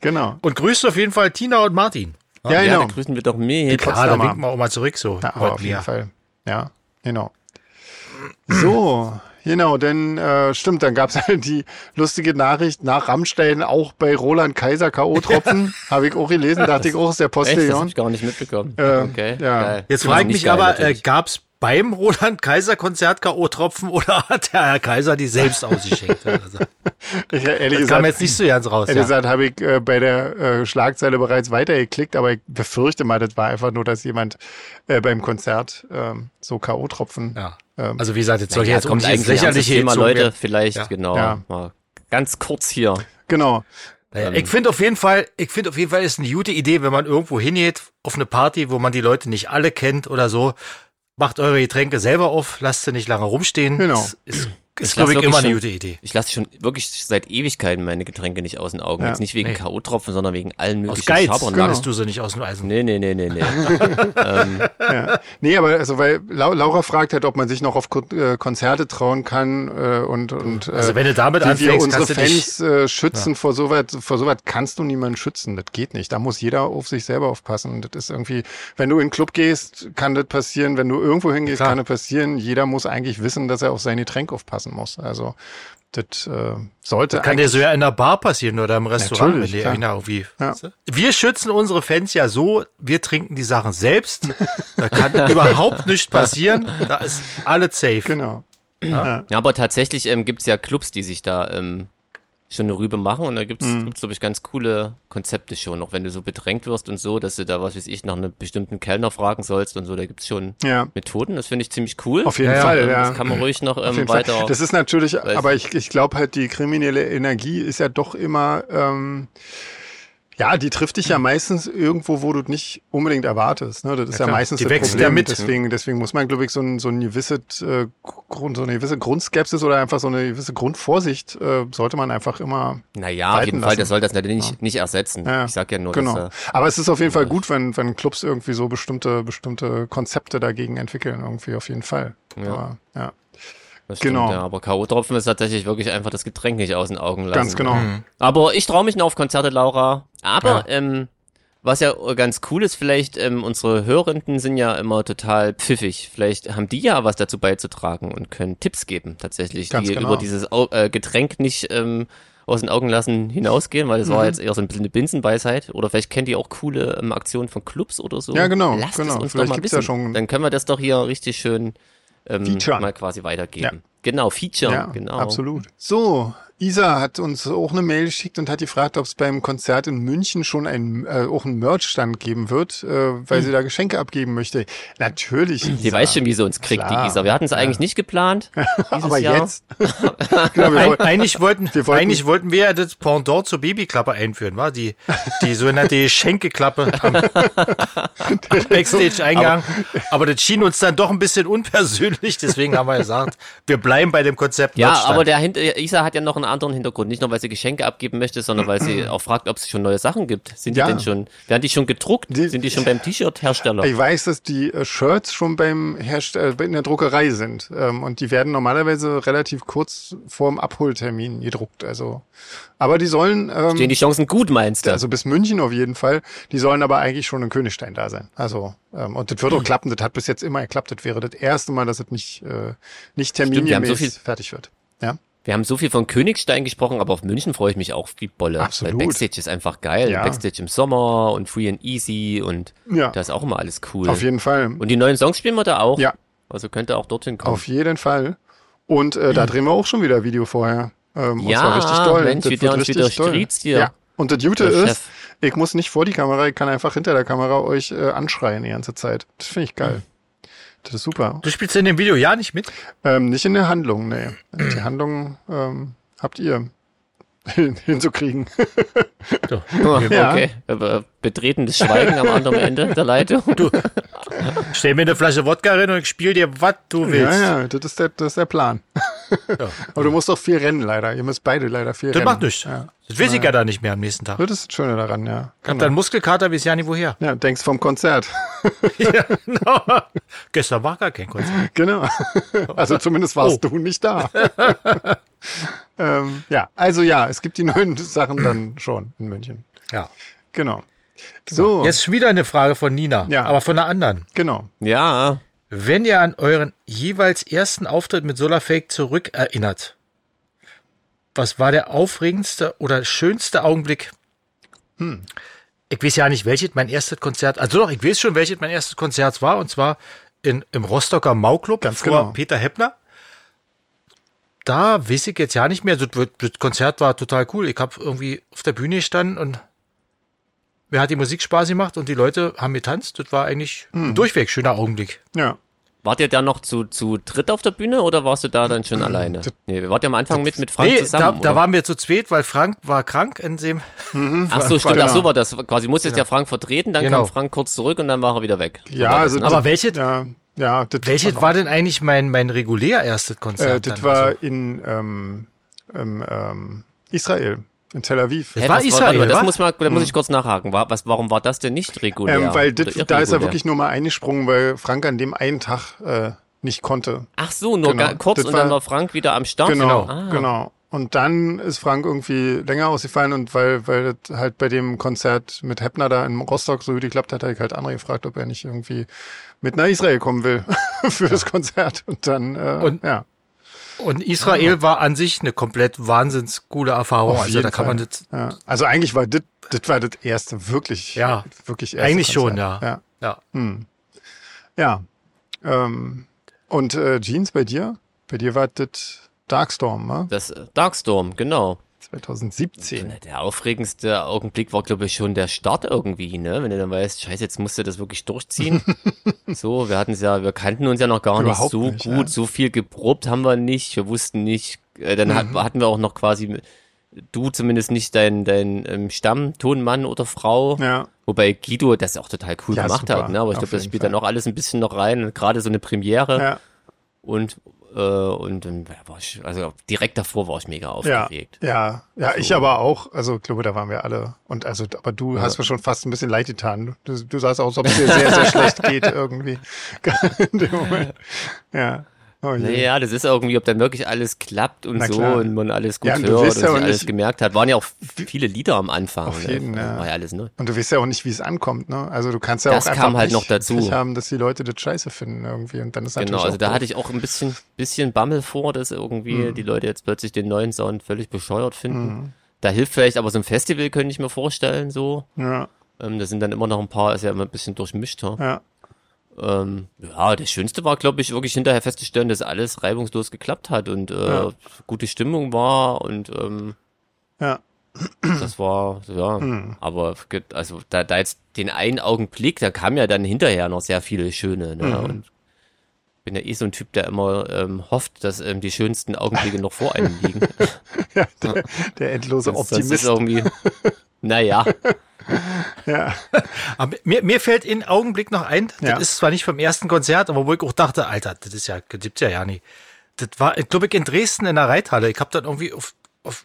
B: genau.
C: Und grüßt auf jeden Fall Tina und Martin.
B: Ja,
A: Ja, da
B: genau.
A: grüßen wir doch mit.
B: Potsdamer.
C: Klar, da winken wir auch mal zurück so.
B: Ja, aber auf jeden
C: Ja.
B: Fall. Ja, genau. So, genau, denn äh, stimmt, dann gab's halt die lustige Nachricht nach Rammstein auch bei Roland Kaiser K.O.-Tropfen. Habe ich auch gelesen, dachte ich auch, ist der
A: Echt, das hab
B: Postillon.
A: ich gar nicht mitbekommen.
B: Äh,
A: okay,
B: ja.
A: geil.
C: Jetzt
A: Also
C: frage ich
A: nicht
C: mich
A: geil,
C: aber, äh,
A: natürlich.
C: gab es beim Roland Kaiser Konzert K.O. Tropfen oder hat der Herr Kaiser die selbst ausgeschenkt? Also,
B: Ich, ehrlich
C: das kam
B: gesagt,
C: jetzt nicht so ganz raus.
B: ehrlich
C: Ja.
B: gesagt habe ich äh, bei der äh, Schlagzeile bereits weitergeklickt, aber ich befürchte mal, das war einfach nur, dass jemand äh, beim Konzert ähm, so K.O.-Tropfen.
C: Ja.
B: Ähm,
C: Also wie gesagt, jetzt soll ich
A: ja,
C: jetzt auch
A: kommt
C: nicht ins
A: eigentlich ein
C: lächerliche
A: Thema,
C: hinzogen
A: Leute,
C: werden.
A: vielleicht,
C: Ja.
A: genau.
B: Ja.
A: Mal ganz kurz hier.
B: Genau.
C: Naja, ich finde auf jeden Fall, ich finde auf jeden Fall ist eine gute Idee, wenn man irgendwo hingeht auf eine Party, wo man die Leute nicht alle kennt oder so, macht eure Getränke selber auf, lasst sie nicht lange rumstehen.
B: Genau.
C: Ist, ist, ist
A: lass
C: glaube ich
A: wirklich
C: immer eine
A: schon-
C: gute Idee.
A: Ich lasse schon wirklich seit Ewigkeiten meine Getränke nicht aus den Augen.
B: Ja.
A: Jetzt nicht wegen
C: Nee.
A: K.O.-Tropfen, sondern wegen allen
C: Aus
A: möglichen
C: Geiz
A: Schabernack.
B: genau.
C: kannst du sie nicht aus dem Eisen.
A: Nee, nee, nee, nee, nee.
B: Nee, aber also weil Lau- Laura fragt halt, ob man sich noch auf Kon äh, Konzerte trauen kann äh, und und äh,
C: Also wenn du damit
B: wie wir
C: anfängst,
B: unsere
C: kannst du dich-
B: Fans äh, schützen vor sowas vor sowas kannst du niemanden schützen, das geht nicht. Da muss jeder auf sich selber aufpassen. Das ist irgendwie, wenn du in den Club gehst, kann das passieren, wenn du irgendwo hingehst,
C: Klar.
B: kann das passieren. Jeder muss eigentlich wissen, dass er auf sein Getränk aufpassen muss. Also das äh, sollte
C: Kann dir so ja in der Bar passieren oder im Restaurant,
B: Natürlich,
C: wenn dir
B: klar.
C: einer irgendwie.
B: Ja.
C: Weißt du? Wir schützen unsere Fans ja so, wir trinken die Sachen selbst. Da kann überhaupt nichts passieren. Da ist alles safe.
B: genau.
A: Ja, aber tatsächlich ähm, gibt's ja Clubs, die sich da ähm, schon eine Rübe machen und da gibt's,
B: Mhm.
A: gibt's glaube ich, ganz coole Konzepte schon, auch wenn du so bedrängt wirst und so, dass du da, was weiß ich, nach einem bestimmten Kellner fragen sollst und so, da gibt's schon
B: Ja.
A: Methoden, das finde ich ziemlich cool.
B: Auf jeden
A: Ähm,
B: Fall, ja.
A: Das kann man ruhig noch
B: Auf
A: ähm,
B: jeden Fall.
A: weiter...
B: Das ist natürlich, aber ich, ich glaube halt, die kriminelle Energie ist ja doch immer, ähm, ja, die trifft dich ja meistens irgendwo, wo du nicht unbedingt erwartest. Ne? Das ist ja,
C: klar.
B: meistens
C: Die
B: das
C: wächst
B: Problem.
C: ja mit.
B: Deswegen, deswegen muss man, glaube ich, so ein, so ein gewisses, äh, Grund, so eine gewisse Grundskepsis oder einfach so eine gewisse Grundvorsicht äh, sollte man einfach immer
A: naja, auf
B: walten
A: jeden Fall,
B: lassen.
A: das soll das natürlich nicht, nicht ersetzen.
B: Ja,
A: Ich sag ja nur,
B: genau.
A: dass... Äh,
B: Aber es ist auf jeden Fall gut, wenn, wenn Clubs irgendwie so bestimmte, bestimmte Konzepte dagegen entwickeln, irgendwie auf jeden Fall. Ja. Aber, ja,
A: das
B: Genau.
A: Stimmt, ja, aber K.O.-Tropfen ist tatsächlich wirklich einfach das Getränk nicht aus den Augen lassen.
B: ganz genau.
A: Aber ich traue mich noch auf Konzerte, Laura. Aber ähm, was ja ganz cool ist, vielleicht ähm, unsere Hörenden sind ja immer total pfiffig. Vielleicht haben die ja was dazu beizutragen und können Tipps geben tatsächlich,
B: Ganz
A: die
B: genau.
A: über dieses Au äh, Getränk nicht ähm, aus den Augen lassen hinausgehen, weil das
B: Mhm.
A: war jetzt eher so ein bisschen eine Binsenweisheit. Oder vielleicht kennt ihr auch coole ähm, Aktionen von Clubs oder so.
B: Ja, genau,
A: Lasst
B: genau.
A: Es uns
B: Vielleicht
A: doch mal
B: gibt's
A: wissen.
B: ja schon-
A: Dann können wir das doch hier richtig schön ähm,
B: Featuren.
A: mal quasi weitergeben.
B: Ja.
A: Genau, featuren. genau.
B: Absolut. So, Isa hat uns auch eine Mail geschickt und hat gefragt, ob es beim Konzert in München schon ein, äh, auch einen Merch-Stand geben wird, äh, weil sie da Geschenke abgeben möchte. Natürlich.
A: Sie weiß schon, wie sie uns kriegt,
B: Klar.
A: die Isa. Wir hatten es eigentlich nicht geplant. dieses
B: Aber
A: Jahr.
B: jetzt. genau, wir
C: Eig
B: wollten-
C: eigentlich, wollten,
B: Wir wollten-
C: eigentlich wollten wir ja das Pendant zur Babyklappe einführen, war die, die sogenannte Schenkeklappe am Backstage-Eingang. Aber, das schien uns dann doch ein bisschen unpersönlich, deswegen haben wir gesagt, wir bleiben bei dem Konzept.
A: Ja,
C: Nordstein.
A: aber der Hinter Isa hat ja noch einen anderen Hintergrund. Nicht nur, weil sie Geschenke abgeben möchte, sondern weil sie auch fragt, ob es schon neue Sachen gibt. Sind
B: Ja.
A: die denn schon, werden die schon gedruckt?
B: Die-
A: sind die schon beim T-Shirt-Hersteller?
B: ich weiß, dass die äh, Shirts schon beim Herst äh, in der Druckerei sind. Ähm, und die werden normalerweise relativ kurz vorm Abholtermin gedruckt. Also, aber die sollen. Ähm,
A: Stehen die Chancen gut, meinst du?
B: also bis München auf jeden Fall. Die sollen aber eigentlich schon in Königstein da sein. Also, ähm, und das wird auch klappen. Das hat bis jetzt immer geklappt. Das wäre das erste Mal, dass es nicht, äh, nicht
A: Stimmt, wir haben so
B: termingemäß
A: viel-
B: fertig wird. Ja.
A: Wir haben so viel von Königstein gesprochen, aber auf München freue ich mich auch wie Bolle.
B: Absolut.
A: Weil Backstage ist einfach geil.
B: Ja.
A: Backstage im Sommer und Free and Easy und
B: Ja,
A: da ist auch immer alles cool.
B: auf jeden Fall.
A: und die neuen Songs spielen wir da auch.
B: Ja.
A: Also könnte auch dorthin kommen.
B: Auf jeden Fall. Und äh, da drehen wir auch schon wieder Video vorher. Ähm, und
A: Ja,
B: zwar richtig toll.
A: Mensch,
B: das
A: wie
B: wird
A: der uns
B: richtig
A: wieder
B: toll.
A: striezt hier.
B: Ja. Und das Gute
A: Der
B: ist,
A: Chef.
B: ich muss nicht vor die Kamera, ich kann einfach hinter der Kamera euch äh, anschreien die ganze Zeit. Das finde ich geil.
A: Hm.
B: Das ist super.
C: Du spielst in dem Video ja nicht mit.
B: Ähm, nicht in der Handlung, nee. Die Handlung ähm, habt ihr hin, hinzukriegen. Ja.
A: Okay. Aber betretendes Schweigen am anderen Ende der Leitung.
C: Stell mir eine Flasche Wodka rein und ich spiel dir, was du willst.
B: Ja, ja, das ist der, das ist der Plan. Aber du musst doch viel rennen, leider. Ihr müsst beide leider viel
C: Das
B: rennen.
C: macht nichts.
B: Ja.
C: Das weiß ich Genau. ja Genau. dann nicht mehr am nächsten Tag.
B: Das ist das Schöne daran, ja.
C: Ich hab dann Muskelkater bis ja nicht woher.
B: Ja, denkst vom Konzert.
C: ja, genau. Gestern war gar kein Konzert.
B: Genau. Also zumindest warst
C: Oh.
B: du nicht da. ähm, ja, also ja, es gibt die neuen Sachen dann schon in München.
C: Ja.
B: Genau. So,
C: Jetzt schon wieder eine Frage von Nina,
B: Ja.
C: aber von einer anderen.
B: genau.
A: Ja.
C: Wenn ihr an euren jeweils ersten Auftritt mit Solarfake zurückerinnert, was war der aufregendste oder schönste Augenblick? Hm. Ich weiß ja nicht, welches mein erstes Konzert, also doch, ich weiß schon, welches mein erstes Konzert war, und zwar in, im Rostocker Mauclub
B: Ganz
C: vor
B: genau.
C: Peter Heppner. Da weiß ich jetzt ja nicht mehr, das, das Konzert war total cool. Ich habe irgendwie auf der Bühne gestanden und mir hat die Musik Spaß gemacht und die Leute haben getanzt. Das war eigentlich
B: Hm.
C: ein durchweg schöner Augenblick.
B: Ja,
A: Wart ihr da noch zu, zu dritt auf der Bühne oder warst du da dann schon alleine? Nee, wart ihr am Anfang mit, mit Frank
C: nee,
A: zusammen?
C: da, da
A: oder?
C: waren wir zu zweit, weil Frank war krank in dem.
A: ach so, stimmt,
B: Frank.
A: ach so war das. Quasi musste jetzt ja Frank vertreten, dann
C: Genau.
A: kam Frank kurz zurück und dann war er wieder weg. So
B: ja,
A: war das,
B: also.
A: ne?
C: Aber welches-
B: Ja, ja, das
C: Welches war denn eigentlich mein, mein regulär erstes Konzert?
B: äh, das
C: dann?
B: war
C: Also,
B: in ähm, ähm, ähm, Israel, in Tel Aviv.
A: Hä,
C: war
A: was
C: Israel,
A: warte mal,
C: wa? Mhm.
A: das muss, man, da muss ich kurz nachhaken. War, was, warum war das denn nicht regulär?
B: Ähm, weil
A: Oder
B: das, da ist er
A: irregulär?
B: wirklich nur mal eingesprungen, weil Frank an dem einen Tag äh, nicht konnte.
A: Ach so, nur
B: Genau,
A: ga- kurz
B: das
A: und dann
B: war-
A: war Frank wieder am Start.
B: Genau, genau.
A: Ah,
B: Und dann ist Frank irgendwie länger ausgefallen und weil, weil das halt bei dem Konzert mit Heppner da in Rostock so gut geklappt hat, hat ich halt André gefragt, ob er nicht irgendwie mit nach Israel kommen will für das Konzert. Und dann, äh,
C: Und-
B: ja,
C: und Israel war an sich eine komplett wahnsinns coole Erfahrung.
B: Auf
C: also
B: jeden
C: da kann man
B: Fall.
C: das.
B: ja. Also eigentlich war das, das war das erste, wirklich,
C: Ja.
B: wirklich erste
C: Eigentlich schon,
B: Konzert.
C: ja. Ja.
B: Ja. ja. Ähm, und äh, Jeans bei dir? Bei dir war das Darkstorm, ne?
A: Das äh, Darkstorm, genau.
B: 2017.
A: Der aufregendste Augenblick war, glaube ich, schon der Start irgendwie, ne? Wenn du dann weißt, scheiße, jetzt musst du das wirklich durchziehen. so, wir hatten es ja, wir kannten uns ja noch gar
B: Überhaupt
A: nicht so
B: nicht,
A: gut,
B: ja.
A: so viel geprobt haben wir nicht, wir wussten nicht, äh, dann hat,
B: Mhm.
A: hatten wir auch noch quasi, du zumindest nicht dein, dein ähm, Stammtonmann oder Frau.
B: Ja.
A: Wobei Guido das auch total cool
B: Ja,
A: gemacht
B: super.
A: hat, ne? Aber ich
B: Auf
A: glaube, das
B: jeden
A: spielt
B: Fall.
A: dann auch alles ein bisschen noch rein. Und gerade so eine Premiere
B: Ja.
A: und äh, und dann war ich, also direkt davor war ich mega aufgeregt.
B: Ja, ja, ich aber auch. Also ich glaube, da waren wir alle. Und also, aber du hast mir schon fast ein bisschen leid getan. Du, du sahst aus, als ob es dir sehr, sehr schlecht geht irgendwie. In dem Moment. Ja. Oh je.
A: Naja, das ist irgendwie, ob dann wirklich alles klappt und
B: Na
A: so
B: klar.
A: und man alles gut
B: Ja, und du
A: hört und
B: weißt
A: sich
B: ja auch
A: alles
B: nicht-
A: gemerkt hat. Waren ja auch viele Lieder am Anfang.
B: Auf
A: ne?
B: jeden, ja.
A: War ja alles, ne?
B: Und du weißt ja auch nicht, wie es ankommt, ne? Also du kannst ja
A: Das
B: auch einfach
A: kam halt
B: Pech-
A: noch dazu.
B: Pech haben, dass die Leute das scheiße finden irgendwie. Und dann ist natürlich
A: Genau, also
B: auch Mhm.
A: da hatte ich auch ein bisschen, bisschen Bammel vor, dass irgendwie die Leute jetzt plötzlich den neuen Sound völlig bescheuert finden. Da hilft vielleicht aber so ein Festival, könnte ich mir vorstellen, so.
B: ja,
A: Ähm, da sind dann immer noch ein paar, ist ja immer ein bisschen durchmischter.
B: ja,
A: Ähm, ja, das Schönste war, glaube ich, wirklich hinterher festzustellen, dass alles reibungslos geklappt hat und äh,
B: Ja.
A: gute Stimmung war und ähm,
B: ja. Hm.
A: das war, ja, aber ge- also da, da jetzt den einen Augenblick, da kam ja dann hinterher noch sehr viele schöne, ne?
B: Mhm.
A: Und bin ja eh so ein Typ, der immer ähm, hofft, dass ähm, die schönsten Augenblicke noch vor einem liegen.
B: ja der, der endlose
A: Sonst- sonst ist
B: Optimist.
A: irgendwie. Naja,
B: Ja,
C: Aber mir, mir fällt in Augenblick noch ein, das
B: Ja.
C: ist zwar nicht vom ersten Konzert, aber wo ich auch dachte, Alter, das ist ja, das gibt's ja ja nie. Das war, glaube ich, in Dresden in der Reithalle. Ich habe dann irgendwie auf, auf,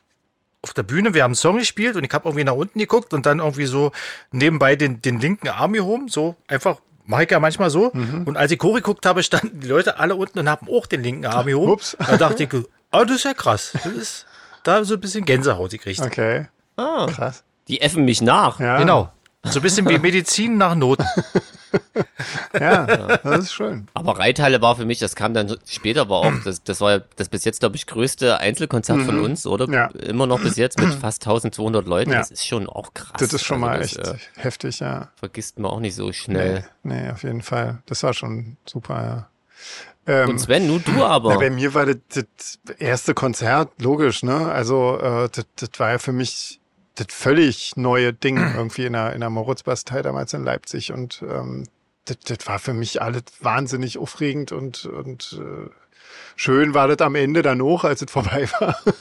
C: auf der Bühne, wir haben einen Song gespielt und ich habe irgendwie nach unten geguckt und dann irgendwie so nebenbei den, den linken Arm gehoben, so einfach, mach ich ja manchmal so.
B: Mhm.
C: Und als ich hochgeguckt habe, standen die Leute alle unten und haben auch den linken Arm gehoben.
B: Ups.
C: Da dachte ich, oh, das ist ja krass. Das ist, da so ein bisschen Gänsehaut gekriegt.
B: okay. Ah. Krass.
A: die effen mich nach.
B: Ja.
C: Genau. So ein bisschen wie Medizin nach Noten.
B: ja, das ist schön.
A: Aber Reithalle war für mich, das kam dann später, war
B: Hm.
A: auch, das, das war ja das bis jetzt, glaube ich, größte Einzelkonzert von uns, oder?
B: Mhm. Ja.
A: Immer noch bis jetzt mit fast 1200 Leuten.
B: Ja.
A: Das ist schon auch krass.
B: Das ist schon äh, mal
A: Also
B: echt
A: das,
B: heftig, ja.
A: vergisst man auch nicht so
B: Nee,
A: schnell.
B: nee, auf jeden Fall. Das war schon super, ja. Ähm,
A: Und Sven, nur du aber.
B: Na, bei mir war das, das erste Konzert, logisch, ne? Also äh, das, das war ja für mich das völlig neue Ding irgendwie in der, in der Moritzbastei damals in Leipzig. Und ähm, das, das war für mich alles wahnsinnig aufregend und, und äh, schön war das am Ende dann auch, als es vorbei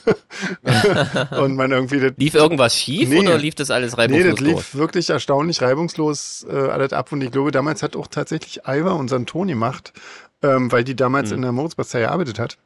B: war. und man irgendwie das
A: Lief irgendwas schief
B: Nee.
A: oder lief das alles
B: Nee,
A: reibungslos
B: das lief
A: durch?
B: wirklich erstaunlich reibungslos äh, alles ab. Und ich glaube, damals hat auch tatsächlich Alva unseren Ton gemacht, ähm, weil die damals in der Moritzbastei gearbeitet hat.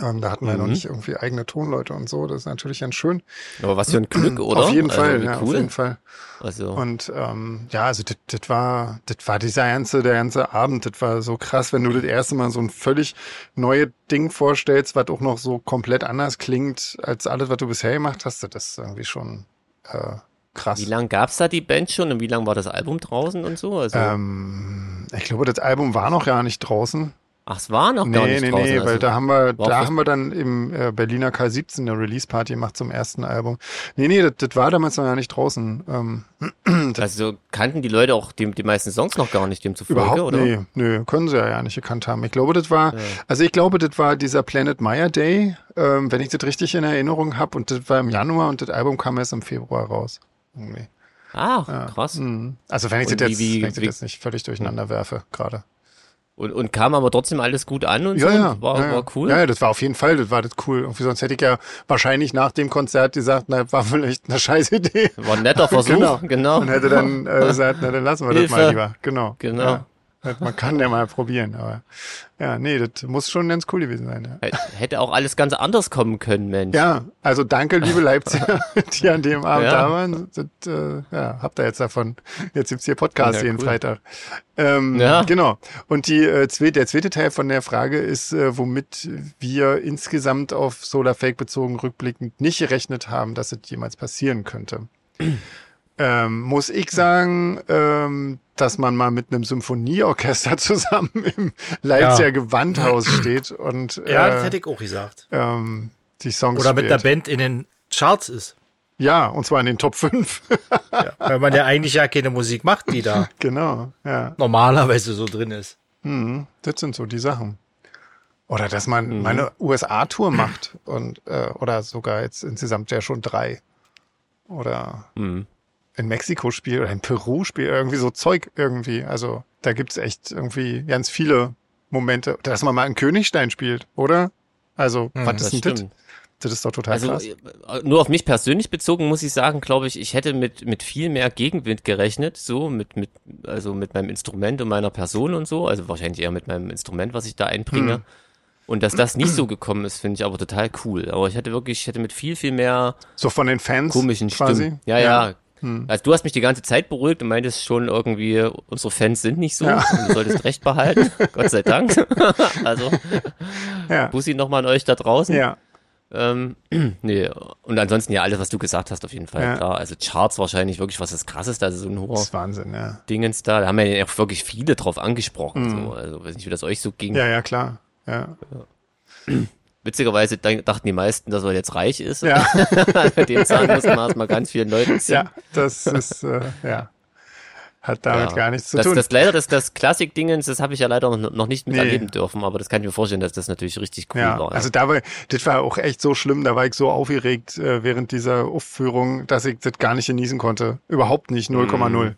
B: Ähm, da hatten wir
A: Mhm.
B: noch nicht irgendwie eigene Tonleute und so. Das ist natürlich ganz schön.
A: Aber was für ein Glück, oder?
B: Auf jeden
A: Also,
B: Fall,
A: wie
B: ja, auf
A: cool.
B: jeden Fall.
A: Also,
B: Und ähm, ja, also das das war, das war dieser ganze, der ganze Abend, das war so krass, wenn du das erste Mal so ein völlig neues Ding vorstellst, was auch noch so komplett anders klingt als alles, was du bisher gemacht hast. Das ist irgendwie schon äh, krass.
A: wie lange gab's da die Band schon und wie lange war das Album draußen und so? Also,
B: Ähm, ich glaube, das Album war noch gar nicht draußen.
A: ach, es war noch gar
B: Nee,
A: nicht
B: nee,
A: draußen.
B: nee,
A: also,
B: weil da haben wir,
A: war
B: da
A: auf-
B: haben wir dann im äh, Berliner K17 eine Release-Party gemacht zum ersten Album. Nee, nee, das, das war damals noch gar nicht draußen. Ähm,
A: also kannten die Leute auch die, die meisten Songs noch gar nicht demzufolge,
B: überhaupt
A: oder?
B: nee, nee, können sie ja gar nicht gekannt haben. Ich glaube, das war, also ich glaube, das war dieser Planet Maya Day, ähm, wenn ich das richtig in Erinnerung habe. Und das war im Januar und das Album kam erst im Februar raus. Irgendwie.
A: Ach, krass.
B: Mhm. Also wenn ich,
A: Und wie-
B: das jetzt,
A: wie-
B: wenn ich das
A: wie-
B: jetzt nicht völlig durcheinander werfe gerade.
A: Und, und kam aber trotzdem alles gut an und
B: Ja,
A: so.
B: ja.
A: und war,
B: ja, ja.
A: war cool.
B: Ja, ja, das war auf jeden Fall, das war das cool. Irgendwie sonst hätte ich ja wahrscheinlich nach dem Konzert gesagt, na, war vielleicht eine scheiß Idee.
A: War ein netter Versuch,
B: Genau.
A: genau.
B: Und hätte dann äh, gesagt, na, dann lassen wir das mal
A: Hilfe.
B: lieber. Genau.
A: Genau.
B: Ja. Halt, Man kann ja mal probieren, aber ja, nee, das muss schon ganz cool gewesen sein. Ja,
A: H- Hätte auch alles ganz anders kommen können, Mensch.
B: ja also danke, liebe Leipziger, die an dem Abend
A: Ja.
B: da waren. Das, äh, ja, habt ihr jetzt davon. Jetzt gibt's hier Podcast
A: Ja,
B: jeden
A: cool.
B: Freitag. Ähm,
A: Ja.
B: Genau. Und die, äh, zwe- der zweite Teil von der Frage ist, äh, womit wir insgesamt auf Solarfake bezogen rückblickend nicht gerechnet haben, dass es jemals passieren könnte. Ähm, muss ich sagen, ähm, dass man mal mit einem Symphonieorchester zusammen im Leipziger
C: Ja.
B: Gewandhaus steht und äh,
C: Ja, das hätte ich auch gesagt.
B: ähm, die Songs
C: Oder mit
B: spielt.
C: einer Band in den Charts ist.
B: Ja, und zwar in den Top 5.
C: Ja. Weil man ja eigentlich ja keine Musik macht, die da
B: genau, ja.
C: normalerweise so drin ist.
B: Mhm. Das sind so die Sachen. Oder dass man
A: Mhm.
B: meine USA-Tour macht und äh, oder sogar jetzt insgesamt ja schon drei. Oder
A: Hm.
B: in Mexiko spielt oder in Peru spielt, irgendwie so Zeug irgendwie. Also da gibt's echt irgendwie ganz viele Momente, dass man mal in Königstein spielt, oder? Also, was
A: Hm, Das
B: ist denn das?
A: stimmt.
B: Das ist doch total
A: Also
B: krass.
A: äh, nur auf mich persönlich bezogen muss ich sagen, glaube ich, ich hätte mit mit viel mehr Gegenwind gerechnet, so mit mit also mit meinem Instrument und meiner Person und so, also wahrscheinlich eher mit meinem Instrument, was ich da einbringe.
B: Mhm.
A: Und dass das nicht so gekommen ist, finde ich aber total cool. Aber ich hätte wirklich, ich hätte mit viel viel mehr
B: So von den Fans
A: komischen
B: quasi. Hm.
A: Stimmen. Ja, ja. Also du hast mich die ganze Zeit beruhigt und meintest schon irgendwie, unsere Fans sind nicht so und du solltest recht behalten. Gott sei Dank. also
B: Ja.
A: Bussi nochmal an euch da draußen.
B: ja.
A: Ähm, nee, und ansonsten ja alles, was du gesagt hast, auf jeden Fall,
B: Ja.
A: klar. Also Charts wahrscheinlich wirklich was das krasseste, also so ein
B: Das
A: hoher
B: ist Wahnsinn, ja.
A: Dingens da. Da haben ja auch wirklich viele drauf angesprochen. So. Also weiß nicht, wie das euch so ging.
B: Hm. Ja, ja, klar. Ja.
A: Witzigerweise denk- dachten die meisten, dass er jetzt reich ist.
B: Ja.
A: Bei dem sagen muss man erstmal ganz vielen Leuten ziehen.
B: Ja, das ist, äh, ja. Hat damit
A: Ja.
B: gar nichts zu
A: das,
B: tun.
A: Das leider, das, das Klassik-Dingens, das habe ich ja leider noch, noch nicht miterleben
B: Nee.
A: dürfen, aber das kann ich mir vorstellen, dass das natürlich richtig cool
B: ja,
A: war.
B: also da war, das war auch echt so schlimm, da war ich so aufgeregt äh, während dieser Aufführung, dass ich das gar nicht genießen konnte. Überhaupt nicht,
A: Mm.
B: 0,0.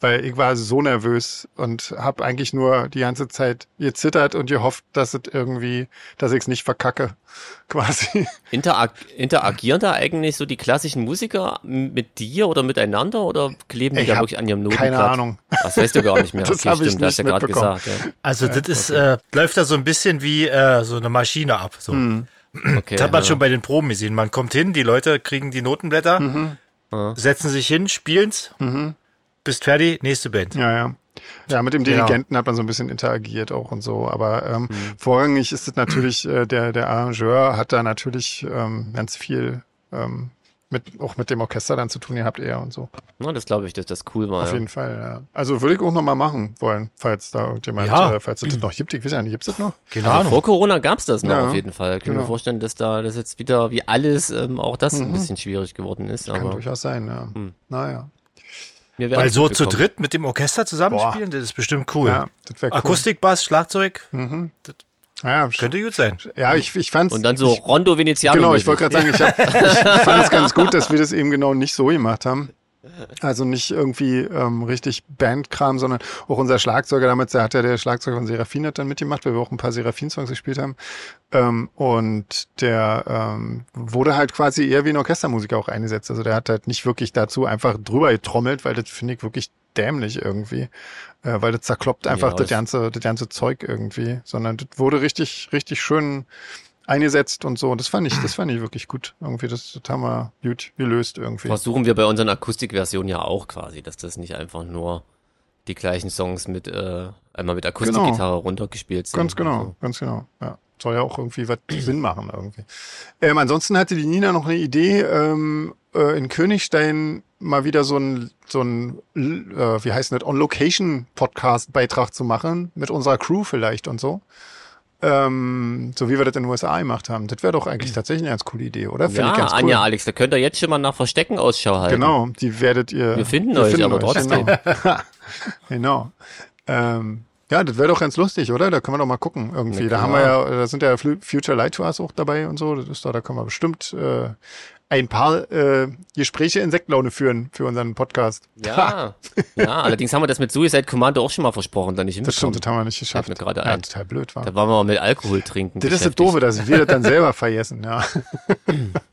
B: Weil ich war so nervös und habe eigentlich nur die ganze Zeit gezittert und gehofft, dass es irgendwie, dass ich es nicht verkacke. Quasi.
A: Interag interagieren da eigentlich so die klassischen Musiker m- mit dir oder miteinander oder kleben die
B: Ich
A: da
B: hab
A: wirklich an ihrem Notenblatt?
B: keine Ahnung.
A: Das weißt du gar nicht mehr.
B: Das hab ich
A: stimmt, hast du
B: nicht
A: ja gerade
B: mitbekommen.
A: gesagt. Ja.
C: Also das ist, äh, läuft da so ein bisschen wie äh, so eine Maschine ab. So.
A: Okay,
C: Das hat man
A: Hm. ja.
C: schon bei den Proben gesehen. Man kommt hin, die Leute kriegen die Notenblätter,
A: Mhm.
C: setzen sich hin, spielen's, bist fertig, nächste Band.
B: Ja, ja. Ja, mit dem Dirigenten hat man so ein bisschen interagiert auch und so, aber ähm, vorrangig ist es natürlich, äh, der, der Arrangeur hat da natürlich ähm, ganz viel ähm, mit, auch mit dem Orchester dann zu tun gehabt eher und so.
A: Na, das glaube ich, dass das cool war.
B: Auf
A: Ja.
B: jeden Fall, ja. Also würde ich auch nochmal machen wollen, falls da irgendjemand,
C: Ja.
B: äh, falls es das noch gibt. Ich weiß ja nicht, gibt es das noch?
C: Keine
A: Also
C: Ahnung.
A: vor Corona gab es das noch
B: Ja,
A: auf jeden Fall. Ich kann
B: genau. Mhm.
A: mir vorstellen, dass da das jetzt wieder wie alles ähm, auch das ein bisschen schwierig geworden ist.
B: Kann
A: Aber
B: durchaus sein, ja. Naja.
A: wir werden
C: Weil so
A: es
C: zu
A: mitbekommen.
C: dritt mit dem Orchester zusammenspielen, das ist bestimmt cool.
B: Ja, das wäre cool.
C: Akustik, Bass, Schlagzeug,
A: Hm.
B: Ja, sch-
C: könnte gut sein.
B: ja ich, ich fand's.
A: Und dann so Rondo Veneziano.
B: Genau, ich wollte gerade sagen, ich, hab- ich fand es ganz gut, dass wir das eben genau nicht so gemacht haben. Also nicht irgendwie ähm, richtig Bandkram, sondern auch unser Schlagzeuger damals, der hat ja der Schlagzeuger von Serafin hat dann mitgemacht, weil wir auch ein paar Serafin-Songs gespielt haben. Ähm, und der ähm, wurde halt quasi eher wie ein Orchestermusiker auch eingesetzt. Also der hat halt nicht wirklich dazu einfach drüber getrommelt, weil das finde ich wirklich dämlich irgendwie. Äh, weil das zerkloppt einfach
A: Ja,
B: das
A: ich-
B: ganze, das ganze Zeug irgendwie. Sondern das wurde richtig, richtig schön eingesetzt und so. Und das fand ich, das fand ich wirklich gut. Irgendwie, das, das haben wir gut gelöst irgendwie.
A: Versuchen wir bei unseren Akustikversionen ja auch quasi, dass das nicht einfach nur die gleichen Songs mit äh, einmal mit Akustikgitarre runtergespielt sind.
B: Genau. Ganz genau, ganz genau. Ja. Soll ja auch irgendwie was Sinn machen irgendwie. Ähm, ansonsten hatte die Nina noch eine Idee, ähm, äh, in Königstein mal wieder so ein, so ein L- äh, wie heißt denn das, On-Location-Podcast-Beitrag zu machen, mit unserer Crew vielleicht und so. Ähm, so wie wir das in den USA gemacht haben. Das wäre doch eigentlich tatsächlich eine ganz coole Idee, oder?
A: Also.
B: Finde
A: Ja,
B: ich ganz cool.
A: Anja, Alex, da könnt ihr jetzt schon mal nach Verstecken Ausschau halten.
B: Genau, die werdet ihr.
A: Wir finden euch aber trotzdem.
B: Genau. genau. Ähm, ja, das wäre doch ganz lustig, oder? Da können wir doch mal gucken irgendwie.
A: Na
B: da haben wir
A: klar.
B: ja, da sind ja Flu- Future Light Tours auch dabei und so. Das ist doch, da können wir bestimmt äh, ein paar äh, Gespräche in Sektlaune führen für unseren Podcast. Ha,
A: Ja, ja, allerdings haben wir das mit Suicide Kommando auch schon mal versprochen, da nicht
B: das stimmt,
A: hinbekommen.
B: das haben wir nicht geschafft.
A: Fällt mir gerade
B: ja,
A: ein.
B: total blöd war.
A: Da waren wir mal mit Alkohol trinken.
B: Das ist das
A: beschäftigt.
B: Doofe, dass wir das dann selber vergessen, ja.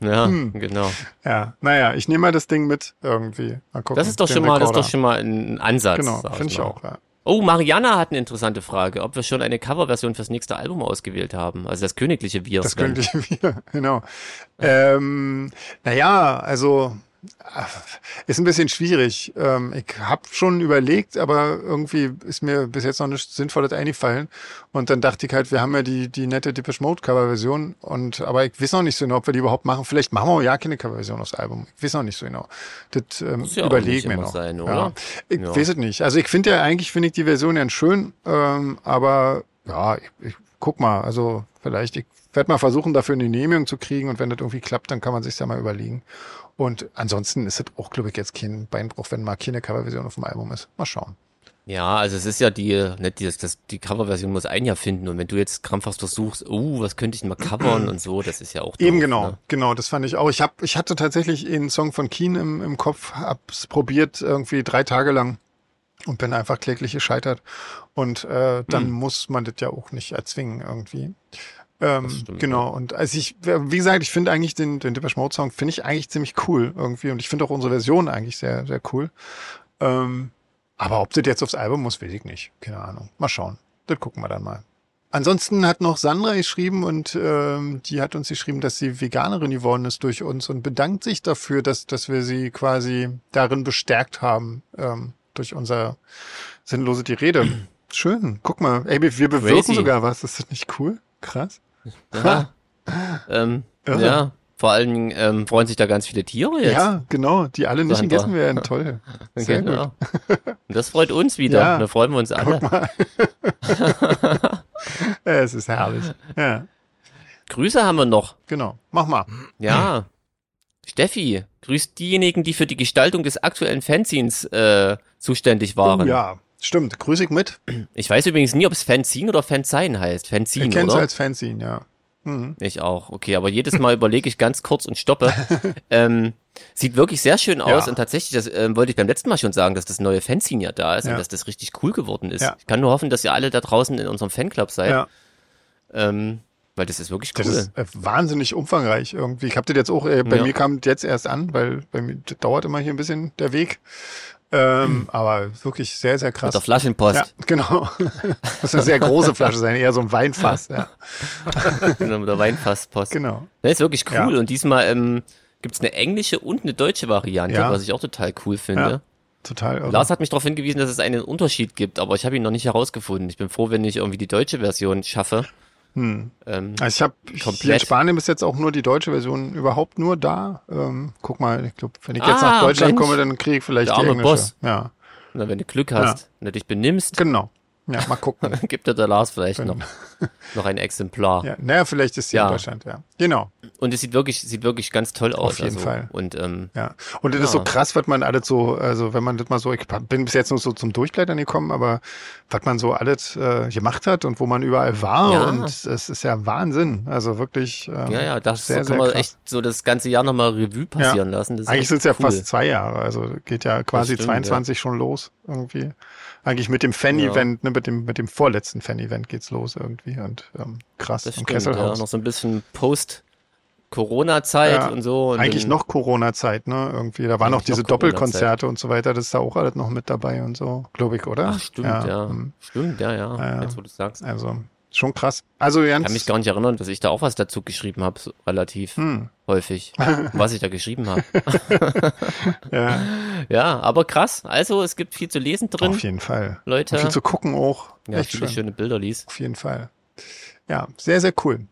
A: Ja,
B: Hm.
A: genau.
B: Ja, naja, ich nehme mal das Ding mit irgendwie. Mal gucken.
A: Das ist doch
B: Den
A: schon mal, das ist
B: Rekorder.
A: doch schon mal ein Ansatz.
B: Genau,
A: sag
B: finde ich
A: mal.
B: auch, ja.
A: Oh, Mariana hat eine interessante Frage, ob wir schon eine Coverversion fürs nächste Album ausgewählt haben. Also das königliche Wir.
B: Das
A: Sven.
B: könnte ich wieder, genau. Ähm, naja, also äh, ist ein bisschen schwierig. Ähm, ich habe schon überlegt, aber irgendwie ist mir bis jetzt noch nichts Sinnvolles eingefallen. Und dann dachte ich halt, wir haben ja die, die nette Depeche Mode Coverversion und aber ich weiß noch nicht so genau, ob wir die überhaupt machen. Vielleicht machen wir auch ja keine Coverversion aufs Album. Ich weiß noch nicht so genau. Das ähm,
A: ja auch nicht
B: überlegen wir
A: immer
B: noch.
A: sein,
B: Ja.
A: oder?
B: Ich
A: Ja.
B: weiß es nicht. Also ich finde ja eigentlich finde ich die Version ganz schön, ähm, aber ja, ich, ich guck mal. Also vielleicht ich werde mal versuchen, dafür eine Genehmigung zu kriegen und wenn das irgendwie klappt, dann kann man sich ja mal überlegen. Und ansonsten ist es auch, glaube ich, jetzt kein Beinbruch, wenn mal keine Coverversion auf dem Album ist. Mal schauen.
A: Ja, also es ist ja die, nicht die, das, die Coverversion muss ein Jahr finden und wenn du jetzt krampfhaft versuchst, oh, was könnte ich denn mal covern und so, das ist ja auch
B: Eben
A: doof,
B: genau,
A: Ne?
B: genau, das fand ich auch. Ich hab, ich hatte tatsächlich einen Song von Keen im, im Kopf, hab's probiert irgendwie drei Tage lang und bin einfach kläglich gescheitert. Und äh,
A: Hm.
B: dann muss man das ja auch nicht erzwingen irgendwie. Ähm,
A: stimmt,
B: genau, und als ich, wie gesagt, ich finde eigentlich den, den Depeche Mode Song finde ich eigentlich ziemlich cool irgendwie und ich finde auch unsere Version eigentlich sehr, sehr cool. Ähm, aber ob das jetzt aufs Album muss, weiß ich nicht. Keine Ahnung. Mal schauen. Das gucken wir dann mal. Ansonsten hat noch Sandra geschrieben und ähm, die hat uns geschrieben, dass sie Veganerin geworden ist durch uns und bedankt sich dafür, dass, dass wir sie quasi darin bestärkt haben ähm, durch unser sinnlose die Rede. Schön. Guck mal. Ey, wir wir bewirken
A: Crazy.
B: sogar was. Ist das nicht cool? Krass.
A: Aha. ne? ähm,
B: Irre.
A: ja, vor allen Dingen ähm, freuen sich da ganz viele Tiere jetzt.
B: Ja, genau. Die alle nicht
A: Sandra.
B: gegessen werden. Toll. Sehr gut.
A: genau. Und das freut uns wieder.
B: Ja.
A: Da freuen wir uns alle.
B: Ja, es ist herrlich. Ja,
A: Grüße haben wir noch.
B: genau. Mach mal.
A: Ja. Steffi, grüßt diejenigen, die für die Gestaltung des aktuellen Fanzines äh, zuständig waren.
B: Oh, Ja, stimmt. Grüß ich mit.
A: Ich weiß übrigens nie, ob es Fanzine oder Fanzine heißt. Fanzine,
B: Ich kenn's
A: oder?
B: als Äh, Fanzine, ja. Mhm.
A: Ich auch, okay, aber jedes Mal überlege ich ganz kurz und stoppe. ähm, sieht wirklich sehr schön aus
B: Ja.
A: und tatsächlich, das ähm, wollte ich beim letzten Mal schon sagen, dass das neue Fanzine ja da ist
B: Ja.
A: und dass das richtig cool geworden ist.
B: Ja.
A: Ich kann nur hoffen, dass ihr alle da draußen in unserem Fanclub seid,
B: Ja,
A: ähm, weil das ist wirklich cool.
B: das ist äh, wahnsinnig umfangreich irgendwie. Ich hab das jetzt auch, äh, bei
A: Ja.
B: mir kam das jetzt erst an, weil bei mir das dauert immer hier ein bisschen der Weg. Ähm, aber wirklich sehr,
A: Hm.
B: sehr
A: Mit der
B: krass. Ja,
A: Flaschenpost,
B: genau. Muss eine sehr große Flasche sein, eher so ein Weinfass. Ja,
A: mit der Weinfasspost.
B: genau.
A: Das ist wirklich cool
B: Ja.
A: und diesmal ähm, gibt's eine englische und eine deutsche Variante,
B: Ja.
A: was ich auch total cool finde.
B: Ja. Total irre.
A: Lars hat mich darauf hingewiesen, dass es einen Unterschied gibt, aber ich habe ihn noch nicht herausgefunden. Ich bin froh, wenn ich irgendwie die deutsche Version schaffe.
B: Hm.
A: Ähm,
B: Also ich habe hier in
A: Komplett.
B: Spanien bis jetzt auch nur die deutsche Version überhaupt nur da. Ähm, guck mal, ich glaube, wenn ich jetzt
A: Ah,
B: nach Deutschland
A: Mensch.
B: komme, dann kriege ich vielleicht
A: Der
B: die
A: arme
B: englische.
A: Boss.
B: Ja,
A: na, wenn du Glück hast und du dich benimmst,
B: genau. Ja, mal gucken.
A: gibt dir der Lars vielleicht noch, noch ein Exemplar.
B: Genau. ja, naja, vielleicht ist sie
A: Ja.
B: in Deutschland, ja. Genau.
A: Und es sieht wirklich, sieht wirklich ganz toll aus.
B: jeden
A: also.
B: Fall.
A: Und ähm,
B: Ja. Und das ist
A: Ja.
B: so krass, was man alles so, also wenn man das mal so, ich bin bis jetzt nur so zum Durchblättern gekommen, aber was man so alles äh, gemacht hat und wo man überall war
A: Ja.
B: und es ist ja Wahnsinn. Also wirklich. Ähm,
A: ja, ja, das
B: sehr,
A: kann
B: sehr
A: man
B: krass.
A: echt so das ganze Jahr nochmal Revue passieren lassen. Das ist
B: Eigentlich
A: echt
B: sind es ja
A: cool.
B: fast zwei Jahre, also geht ja quasi
A: stimmt,
B: 22 schon los irgendwie. Eigentlich mit dem Fan-Event, ne, mit dem mit dem vorletzten Fan-Event geht's los irgendwie und ähm, krass
A: Das
B: im
A: stimmt, ja,
B: Kesselhaus.
A: noch so ein bisschen Post-Corona-Zeit
B: Ja,
A: und so. Und
B: Eigentlich
A: dann-
B: noch Corona-Zeit, ne? Irgendwie, da waren auch
A: Eigentlich
B: diese
A: noch Corona-Zeit.
B: Doppelkonzerte und so weiter, das ist da auch alles noch mit dabei und so, glaube ich, oder?
A: Ach, stimmt, ja.
B: hm.
A: Stimmt, ja, ja.
B: Ja, ja.
A: Jetzt, wo du sagst.
B: Also schon krass. Also
A: Ich kann mich
B: Jens,
A: gar nicht erinnern, dass ich da auch was dazu geschrieben habe, so relativ
B: hm,
A: häufig, was ich da geschrieben habe.
B: ja,
A: Ja, aber krass. Also, es gibt viel zu lesen drin,
B: auf jeden Fall.
A: Leute.
B: Und viel zu gucken auch.
A: ja,
B: Echt
A: viele
B: schön.
A: schöne Bilder liest.
B: Auf jeden Fall. Ja, sehr, sehr cool.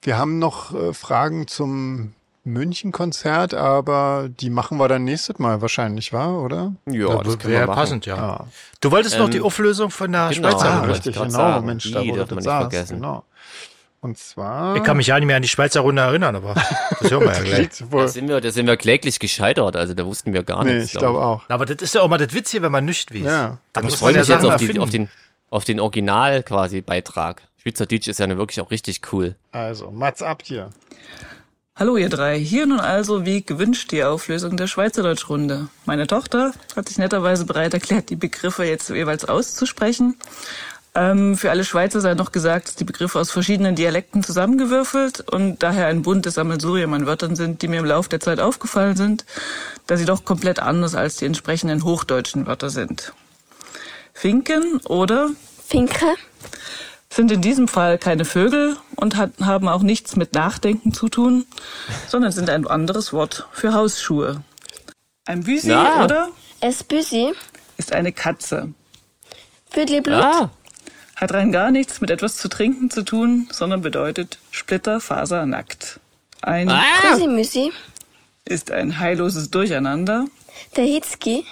B: Wir haben noch äh, Fragen zum München-Konzert, aber die machen wir dann nächstes Mal wahrscheinlich, war, oder?
A: Ja, das können wir
C: Wäre
A: machen.
C: passend, ja.
B: Ja,
C: Du wolltest noch
A: Ähm,
C: die Auflösung von der
A: genau.
C: Schweizer
A: Ah,
B: ah,
C: Runde.
A: wollte ich
B: richtig,
A: grad
B: genau.
A: sagen,
B: Mensch,
A: die
B: da
A: darf
B: wurde
A: man
B: das
A: nicht
B: saß,
A: vergessen.
B: Genau. Und zwar.
C: Ich kann mich ja nicht mehr an die Schweizer Runde erinnern, aber das hören wir ja gleich.
B: liegt
A: Da
B: wohl.
A: sind, wir, da sind wir kläglich gescheitert, also da wussten wir gar
B: Nee,
A: nichts.
B: ich glaube auch.
C: Na, Aber das ist ja auch mal das Witz hier, wenn man nicht weiß.
B: Ja.
C: Da
A: Ich
C: muss man
A: freue
C: ja
A: mich jetzt
C: Sachen
A: auf, die,
C: erfinden.
A: auf, den, auf den Original quasi Beitrag. Schweizer Deutsch ist ja nun wirklich auch richtig cool.
B: Also, Mats ab hier.
D: Hallo ihr drei, hier nun also wie gewünscht die Auflösung der Schweizerdeutschrunde. Meine Tochter hat sich netterweise bereit erklärt, die Begriffe jetzt jeweils auszusprechen. Ähm, für alle Schweizer sei noch gesagt, dass die Begriffe aus verschiedenen Dialekten zusammengewürfelt und daher ein buntes Sammelsurium an Wörtern sind, die mir im Laufe der Zeit aufgefallen sind, da sie doch komplett anders als die entsprechenden hochdeutschen Wörter sind. Finken oder
E: Finke,
D: sind in diesem Fall keine Vögel und hat, haben auch nichts mit Nachdenken zu tun, sondern sind ein anderes Wort für Hausschuhe. Ein Büsi,
A: Na.
D: oder?
E: es Büsi,
D: Ist eine Katze.
E: Büdli Blut,
A: Ah,
D: Hat rein gar nichts mit etwas zu trinken zu tun, sondern bedeutet Splitterfaser nackt. Ein
A: ah,
E: Büsi Müsi,
D: ist ein heilloses Durcheinander,
E: der Hitzki,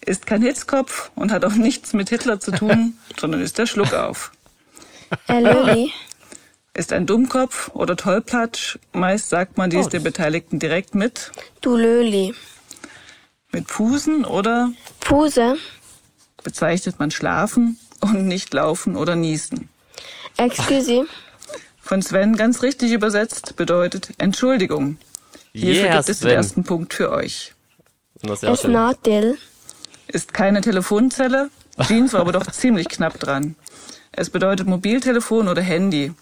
D: ist kein Hitzkopf und hat auch nichts mit Hitler zu tun, sondern ist der Schluckauf.
E: der Löli,
D: Ist ein Dummkopf oder Tollpatsch, meist sagt man dies
A: Oh,
D: den
A: das-
D: Beteiligten direkt mit,
E: du Löli,
D: mit Fusen oder
E: Puse,
D: bezeichnet man Schlafen und nicht Laufen oder Niesen.
E: Excusi,
D: Von Sven ganz richtig übersetzt bedeutet Entschuldigung. Hierfür
A: yeah,
D: gibt es den
A: Sven.
D: ersten Punkt für euch.
A: Na, sehr
E: es
A: schön.
E: Nordil,
D: Ist keine Telefonzelle, Jeans war aber doch ziemlich knapp dran. Es bedeutet Mobiltelefon oder Handy.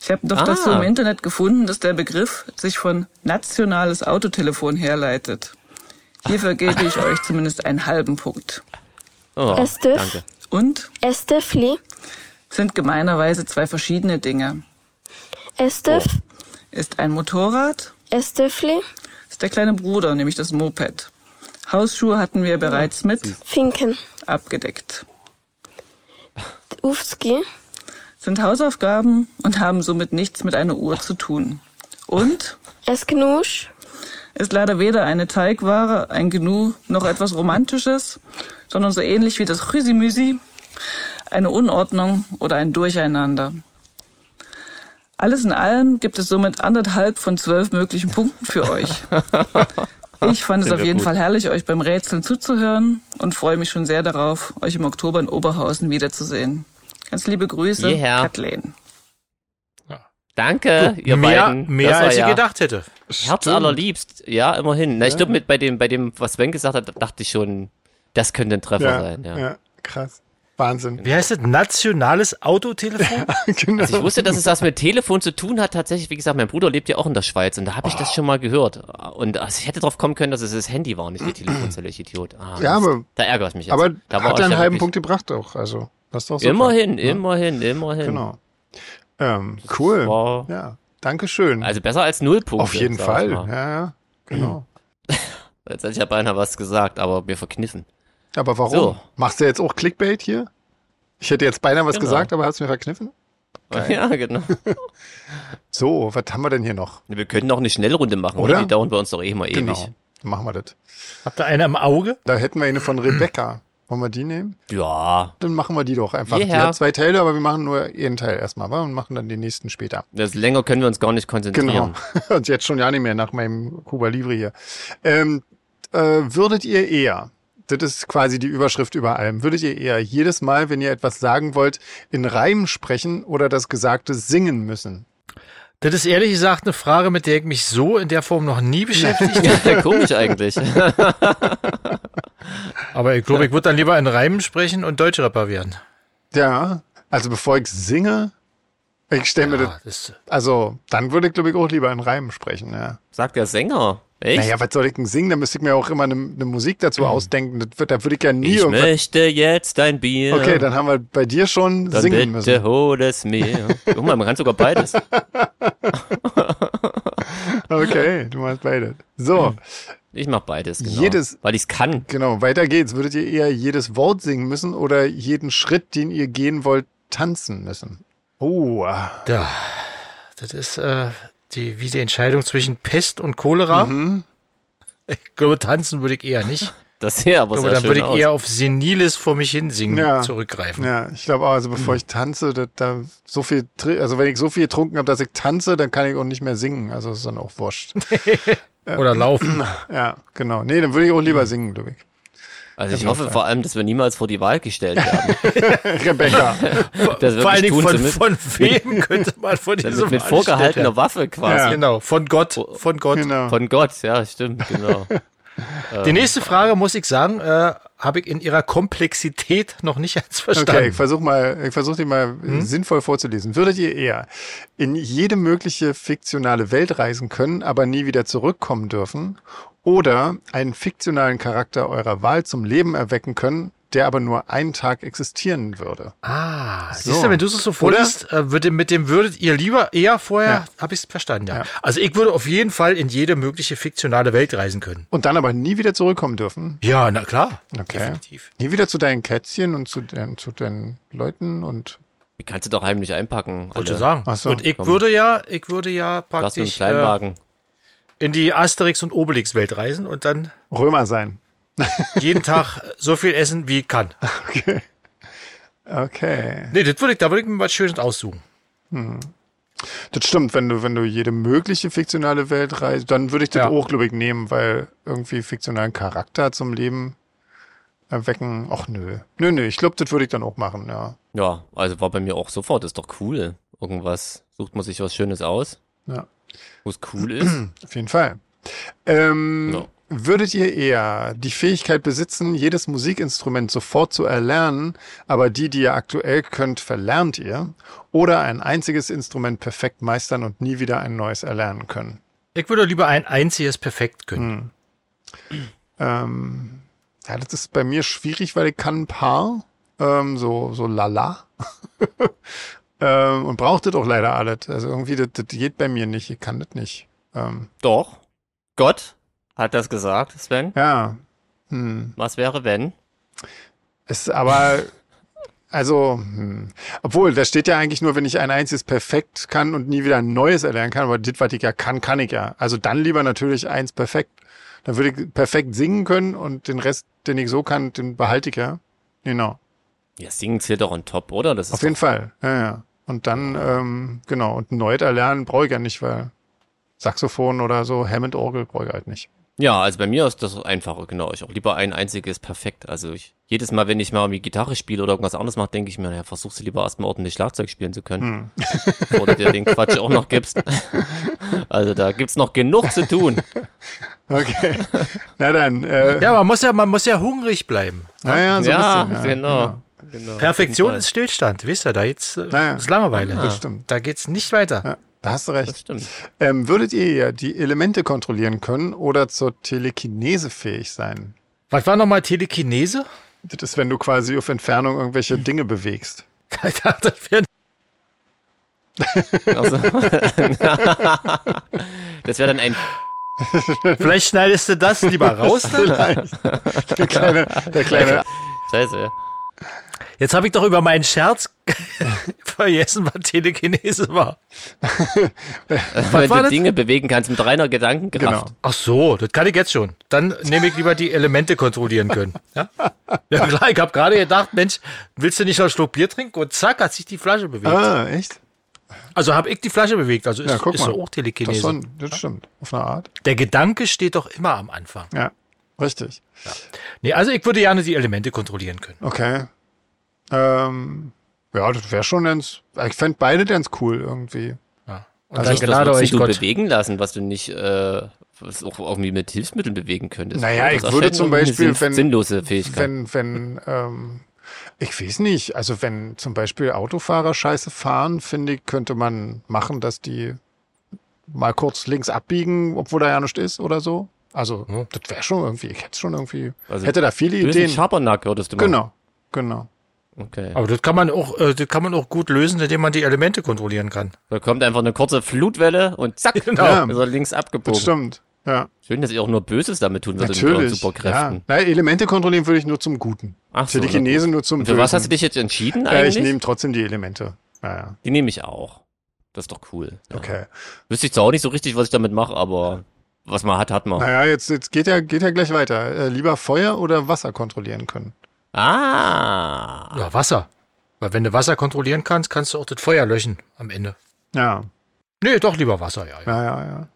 D: Ich habe doch
A: Ah.
D: dazu im Internet gefunden, dass der Begriff sich von nationales Autotelefon herleitet. Hierfür gebe ich euch zumindest einen halben Punkt.
A: Oh,
E: es Dürf.
A: danke.
D: Und
E: es Dürfli,
D: sind gemeinerweise zwei verschiedene Dinge.
A: Oh.
E: es Dürf,
D: Ist ein Motorrad
E: es Dürfli,
D: ist der kleine Bruder, nämlich das Moped. Hausschuhe hatten wir bereits mit
E: Finken,
D: abgedeckt.
E: Ufski,
D: Sind Hausaufgaben und haben somit nichts mit einer Uhr zu tun. Und
E: es Gnusch,
D: ist leider weder eine Teigware, ein Gnu noch etwas Romantisches, sondern so ähnlich wie das Chüsimüsi, eine Unordnung oder ein Durcheinander. Alles in allem gibt es somit anderthalb von zwölf möglichen Punkten für euch. Ich fand es
A: Sind
D: auf
A: wir
D: jeden
A: gut.
D: Fall herrlich, euch beim Rätseln zuzuhören und freue mich schon sehr darauf, euch im Oktober in Oberhausen wiederzusehen. Ganz liebe Grüße,
A: Yeah.
D: Kathleen.
A: Danke, ihr
C: mehr,
A: beiden.
C: mehr
A: Das war
C: als ich
A: ja
C: gedacht hätte.
A: Herz allerliebst. Ja, immerhin. Na, ich glaube, mit bei dem, bei dem, was Sven gesagt hat, dachte ich schon, das könnte ein Treffer
B: Ja,
A: sein, ja.
B: ja, krass. Wahnsinn.
C: Wie heißt das? Nationales Autotelefon?
B: genau.
A: Also ich wusste, dass es was mit Telefon zu tun hat. Tatsächlich, wie gesagt, mein Bruder lebt ja auch in der Schweiz und da habe ich das schon mal gehört. Und also ich hätte drauf kommen können, dass es das Handy war, nicht die Telefonzelle, ich Idiot. Ah,
B: Ja,
A: Mist.
B: aber-
A: da ärgere ich mich jetzt.
B: aber
A: da
B: hat
A: ich
B: ja einen halben
A: wirklich-
B: Punkt gebracht auch. Also, das ist doch super.
A: Immerhin, immerhin, immerhin.
B: Genau. Ähm, cool.
A: war-
B: Ja, Dankeschön.
A: Also besser als null Punkte.
B: Auf jeden
A: sag
B: Fall.
A: ich mal.
B: Ja, ja. Genau.
A: Jetzt hätte ich ja beinahe was gesagt, aber mir verkniffen.
B: Aber warum?
A: So.
B: Machst du jetzt auch Clickbait hier? Ich hätte jetzt beinahe was
A: Genau.
B: gesagt, aber hast mir verkniffen?
A: Ja, genau.
B: So, was haben wir denn hier noch?
A: Wir können auch eine Schnellrunde machen, oder?
B: Oder?
A: Die dauern bei uns doch eh mal ewig.
B: Genau. Machen wir das.
C: Habt ihr eine im Auge?
B: Da hätten wir eine von Rebecca. Wollen wir die nehmen?
A: Ja,
B: Dann machen wir die doch einfach. Die
A: Ja.
B: hat zwei Teile, aber wir machen nur einen Teil erstmal, wa? Und machen dann den nächsten später.
A: das länger können wir uns gar nicht
B: Genau.
A: konzentrieren.
B: Und jetzt schon ja nicht mehr nach meinem Cuba Libre hier. Ähm, äh, würdet ihr eher, das ist quasi die Überschrift über allem, würdet ihr eher jedes Mal, wenn ihr etwas sagen wollt, in Reimen sprechen oder das Gesagte singen müssen?
C: Das ist ehrlich gesagt eine Frage, mit der ich mich so in der Form noch nie beschäftigt habe.
B: Genau.
A: Ja, komisch eigentlich.
C: Aber ich glaube, ich würde dann lieber in Reimen sprechen und Deutschrapper werden.
B: Ja, also bevor ich singe, ich stelle mir
C: Ja,
B: das,
C: das,
B: also dann würde ich glaube ich auch lieber in Reimen sprechen, ja.
A: Sagt der Sänger. Echt?
B: Naja, was soll ich denn singen? Da müsste ich mir auch immer eine ne Musik dazu ausdenken. Das wird, da würde ich ja nie
A: ich
B: irgendwas-
A: möchte jetzt ein Bier.
B: Okay, dann haben wir bei dir schon
A: Dann bitte
B: singen müssen.
A: hol es mir. Guck mal, man kann sogar beides.
B: Okay, du machst beide. So,
A: Ich mach beides, genau.
B: Jedes-
A: Weil ich es kann.
B: genau, weiter geht's. Würdet ihr eher jedes Wort singen müssen oder jeden Schritt, den ihr gehen wollt, tanzen müssen? Oh, ah.
C: ja, das ist äh, die, wie die Entscheidung zwischen Pest und Cholera. Ich glaube, tanzen würde ich eher nicht.
A: Das hier aber
C: Ich
A: sehr
C: glaube, dann
A: schön
C: würde ich
A: aus.
C: eher auf Seniles vor mich hinsingen
B: Ja.
C: zurückgreifen.
B: ja, ich glaube auch, also bevor ich tanze, da, da so viel, tri- also wenn ich so viel getrunken habe, dass ich tanze, dann kann ich auch nicht mehr singen. Also ist dann auch wurscht.
C: Oder laufen.
B: ja, genau. Nee, dann würde ich auch lieber singen, glaube ich.
A: also ich hoffe vor allem, dass wir niemals vor die Wahl gestellt werden.
B: Rebecca.
A: Das
C: Vor
A: wirklich
C: allen Dingen
A: tun
C: von,
A: zu müssen.
C: von wem könnte man von
A: Mit,
C: diesem
A: mit, mit vorgehaltener Oh. Waffe
B: Ja.
A: quasi.
C: Genau, von Gott, von Gott.
B: genau.
A: Von Gott, ja, stimmt, genau.
C: Die nächste Frage, muss ich sagen, äh, habe ich in ihrer Komplexität noch nicht ganz
B: Okay, ich
C: verstanden.
B: versuche mal, ich versuche die mal äh, sinnvoll vorzulesen. Würdet ihr eher in jede mögliche fiktionale Welt reisen können, aber nie wieder zurückkommen dürfen, oder einen fiktionalen Charakter eurer Wahl zum Leben erwecken können, der aber nur einen Tag existieren würde?
C: Ah,
B: So.
C: siehst du, wenn du es so vorliest, äh, würde, mit dem würdet ihr lieber eher vorher, habe ich es verstanden, ja.
B: Ja.
C: Also ich würde auf jeden Fall in jede mögliche fiktionale Welt reisen können.
B: Und dann aber nie wieder zurückkommen dürfen?
C: Ja, na klar.
B: Okay.
C: Definitiv.
B: Nie wieder zu deinen Kätzchen und zu, den, zu deinen Leuten und
A: Die kannst du doch heimlich einpacken.
C: Wollte
A: alle.
C: sagen.
B: Ach so,
C: und ich
A: komm.
C: würde ja, ich würde ja
A: Du hast einen
C: praktisch äh,
A: Kleinwagen.
C: in die Asterix und Obelix Welt reisen und dann
B: Römer sein.
C: jeden Tag so viel essen, wie ich kann.
B: Okay. Okay.
C: Nee, das würde ich, da würde ich mir was Schönes aussuchen.
B: Das stimmt, wenn du, wenn du jede mögliche fiktionale Welt reist, dann würde ich das
C: Ja.
B: auch, glaube ich, nehmen, weil irgendwie fiktionalen Charakter zum Leben erwecken. Ach nö. Nö, nö, ich glaube, das würde ich dann auch machen, ja.
A: Ja, also war bei mir auch sofort. Ist doch cool. Irgendwas sucht man sich was Schönes aus,
B: Ja,
A: wo es cool ist.
B: auf jeden Fall. Ähm,
A: Ja.
B: Würdet ihr eher die Fähigkeit besitzen, jedes Musikinstrument sofort zu erlernen, aber die, die ihr aktuell könnt, verlernt ihr? Oder ein einziges Instrument perfekt meistern und nie wieder ein neues erlernen können?
C: Ich würde lieber ein einziges perfekt
B: Hm.
C: können.
B: Ähm, ja, das ist bei mir schwierig, weil ich kann ein paar. Ähm, so, so lala. ähm, und braucht das auch leider alles. Also irgendwie, das, das geht bei mir nicht. Ich kann das nicht. Ähm,
A: Doch. Gott hat das gesagt, Sven.
B: ja. Hm.
A: Was wäre, wenn?
B: Ist aber, also, hm. obwohl, da steht ja eigentlich nur, wenn ich ein einziges perfekt kann und nie wieder ein neues erlernen kann, aber das, was ich ja kann, kann ich ja. Also dann lieber natürlich eins perfekt. Dann würde ich perfekt singen können und den Rest, den ich so kann, den behalte ich ja. Genau.
A: Ja, singen zählt doch on top, oder? Das
B: Auf
A: ist
B: jeden Fall, ja, ja. Und dann, ähm, genau, und neu erlernen brauche ich ja nicht, weil Saxophon oder so, Hammond-Orgel brauche ich halt nicht.
A: Ja, also bei mir ist das einfacher, genau. Ich auch lieber ein einziges perfekt. Also ich, jedes Mal, wenn ich mal irgendwie Gitarre spiele oder irgendwas anderes mache, denke ich mir, naja, versuchst du lieber erstmal ordentlich Schlagzeug spielen zu können.
B: Hm.
A: Bevor du dir den Quatsch auch noch gibst. Also da gibt's noch genug zu tun.
B: Okay. Na dann, äh,
C: Ja, man muss ja, man muss ja hungrig bleiben.
B: naja, so
A: ja,
B: ein bisschen. Ja.
A: genau. genau.
C: Perfektion
A: Auf jeden
C: ist Stillstand, wisst ihr, da jetzt äh,
B: Naja.
C: ist Langeweile.
B: Das stimmt.
C: Da geht's nicht weiter.
B: Ja, da hast du
A: Fall. Das
B: recht.
A: stimmt.
B: Ähm, würdet ihr ja die Elemente kontrollieren können oder zur Telekinese fähig sein?
C: Was war nochmal Telekinese?
B: Das ist, wenn du quasi auf Entfernung irgendwelche Dinge bewegst.
C: Ich dachte, das wäre
A: Also, das wäre dann ein
C: Vielleicht schneidest du das lieber raus. Dann?
B: Vielleicht. Der kleine, der kleine,
A: Scheiße.
C: Jetzt habe ich doch über meinen Scherz vergessen, was Telekinese war.
A: Wenn
C: war
A: du
C: das?
A: Dinge bewegen kannst mit reiner Gedankenkraft.
B: Genau.
C: Ach so, das kann ich jetzt schon. Dann nehme ich lieber die Elemente kontrollieren können. Ja, ja klar, ich habe gerade gedacht, Mensch, willst du nicht noch einen Schluck Bier trinken? Und zack, hat sich die Flasche bewegt.
B: Ah, echt?
C: Also habe ich die Flasche bewegt. Also ist,
B: Äh? Ja, guck
C: ist
B: mal.
C: doch auch
B: Das,
C: Telekinese.
B: ist schon, das stimmt. Auf eine Art.
C: Der Gedanke steht doch immer am Anfang.
B: Ja. Richtig.
C: Nee, also ich würde gerne die Elemente kontrollieren können.
B: Okay. Ähm, ja, das wäre schon ganz. Ich fände beide ganz cool irgendwie.
C: Ja. Und
B: Also
C: dann
B: ist
A: Das
C: gnade
A: würdest
C: euch
A: du
C: Gott.
A: bewegen lassen, was du nicht äh, was auch irgendwie mit Hilfsmitteln bewegen könntest.
B: Naja,
A: Das
B: ich würde
A: erscheint
B: zum
A: irgendwie
B: Beispiel,
A: eine sinn-
B: wenn-
A: sinnlose Fähigkeit.
B: Wenn, wenn, ähm, ich weiß nicht, also wenn zum Beispiel Autofahrer scheiße fahren, finde ich, könnte man machen, dass die mal kurz links abbiegen, obwohl da ja nichts ist oder so. Also,
C: Ja.
B: das wäre schon irgendwie, ich hätte schon irgendwie,
A: Also,
B: hätte da viele
A: du bist ein
B: Ideen.
A: Schabernack, würdest du machen.
B: Genau, genau.
A: Okay.
C: Aber das kann man auch, äh, das kann man auch gut lösen, indem man die Elemente kontrollieren kann.
A: Da kommt einfach eine kurze Flutwelle und zack,
B: Genau. Ja.
A: ist er links
B: Das
A: abgebogen.
B: stimmt. Ja,
A: Schön, dass ihr auch nur Böses damit tun würdet Also mit euren
B: natürlich.
A: Superkräften.
B: Ja. Na, Elemente kontrollieren würde ich nur zum Guten.
A: Ach so,
B: Für die
A: na gut.
B: Chinesen nur zum
A: Und für was
B: Bösen.
A: hast du dich jetzt entschieden
B: ja,
A: eigentlich?
B: ich nehme trotzdem die Elemente. Naja,
A: die nehme ich auch. Das ist doch cool. Ja.
B: okay.
A: Wüsste ich zwar auch nicht so richtig, was ich damit mache, aber was man hat, hat man.
B: Naja, jetzt, jetzt geht ja, geht ja gleich weiter. Äh, lieber Feuer oder Wasser kontrollieren können.
A: Ah.
C: Ja, Wasser. Weil wenn du Wasser kontrollieren kannst, kannst du auch das Feuer löschen am Ende.
B: Ja,
C: Nee, doch lieber Wasser, ja. ja.
B: ja, ja, ja.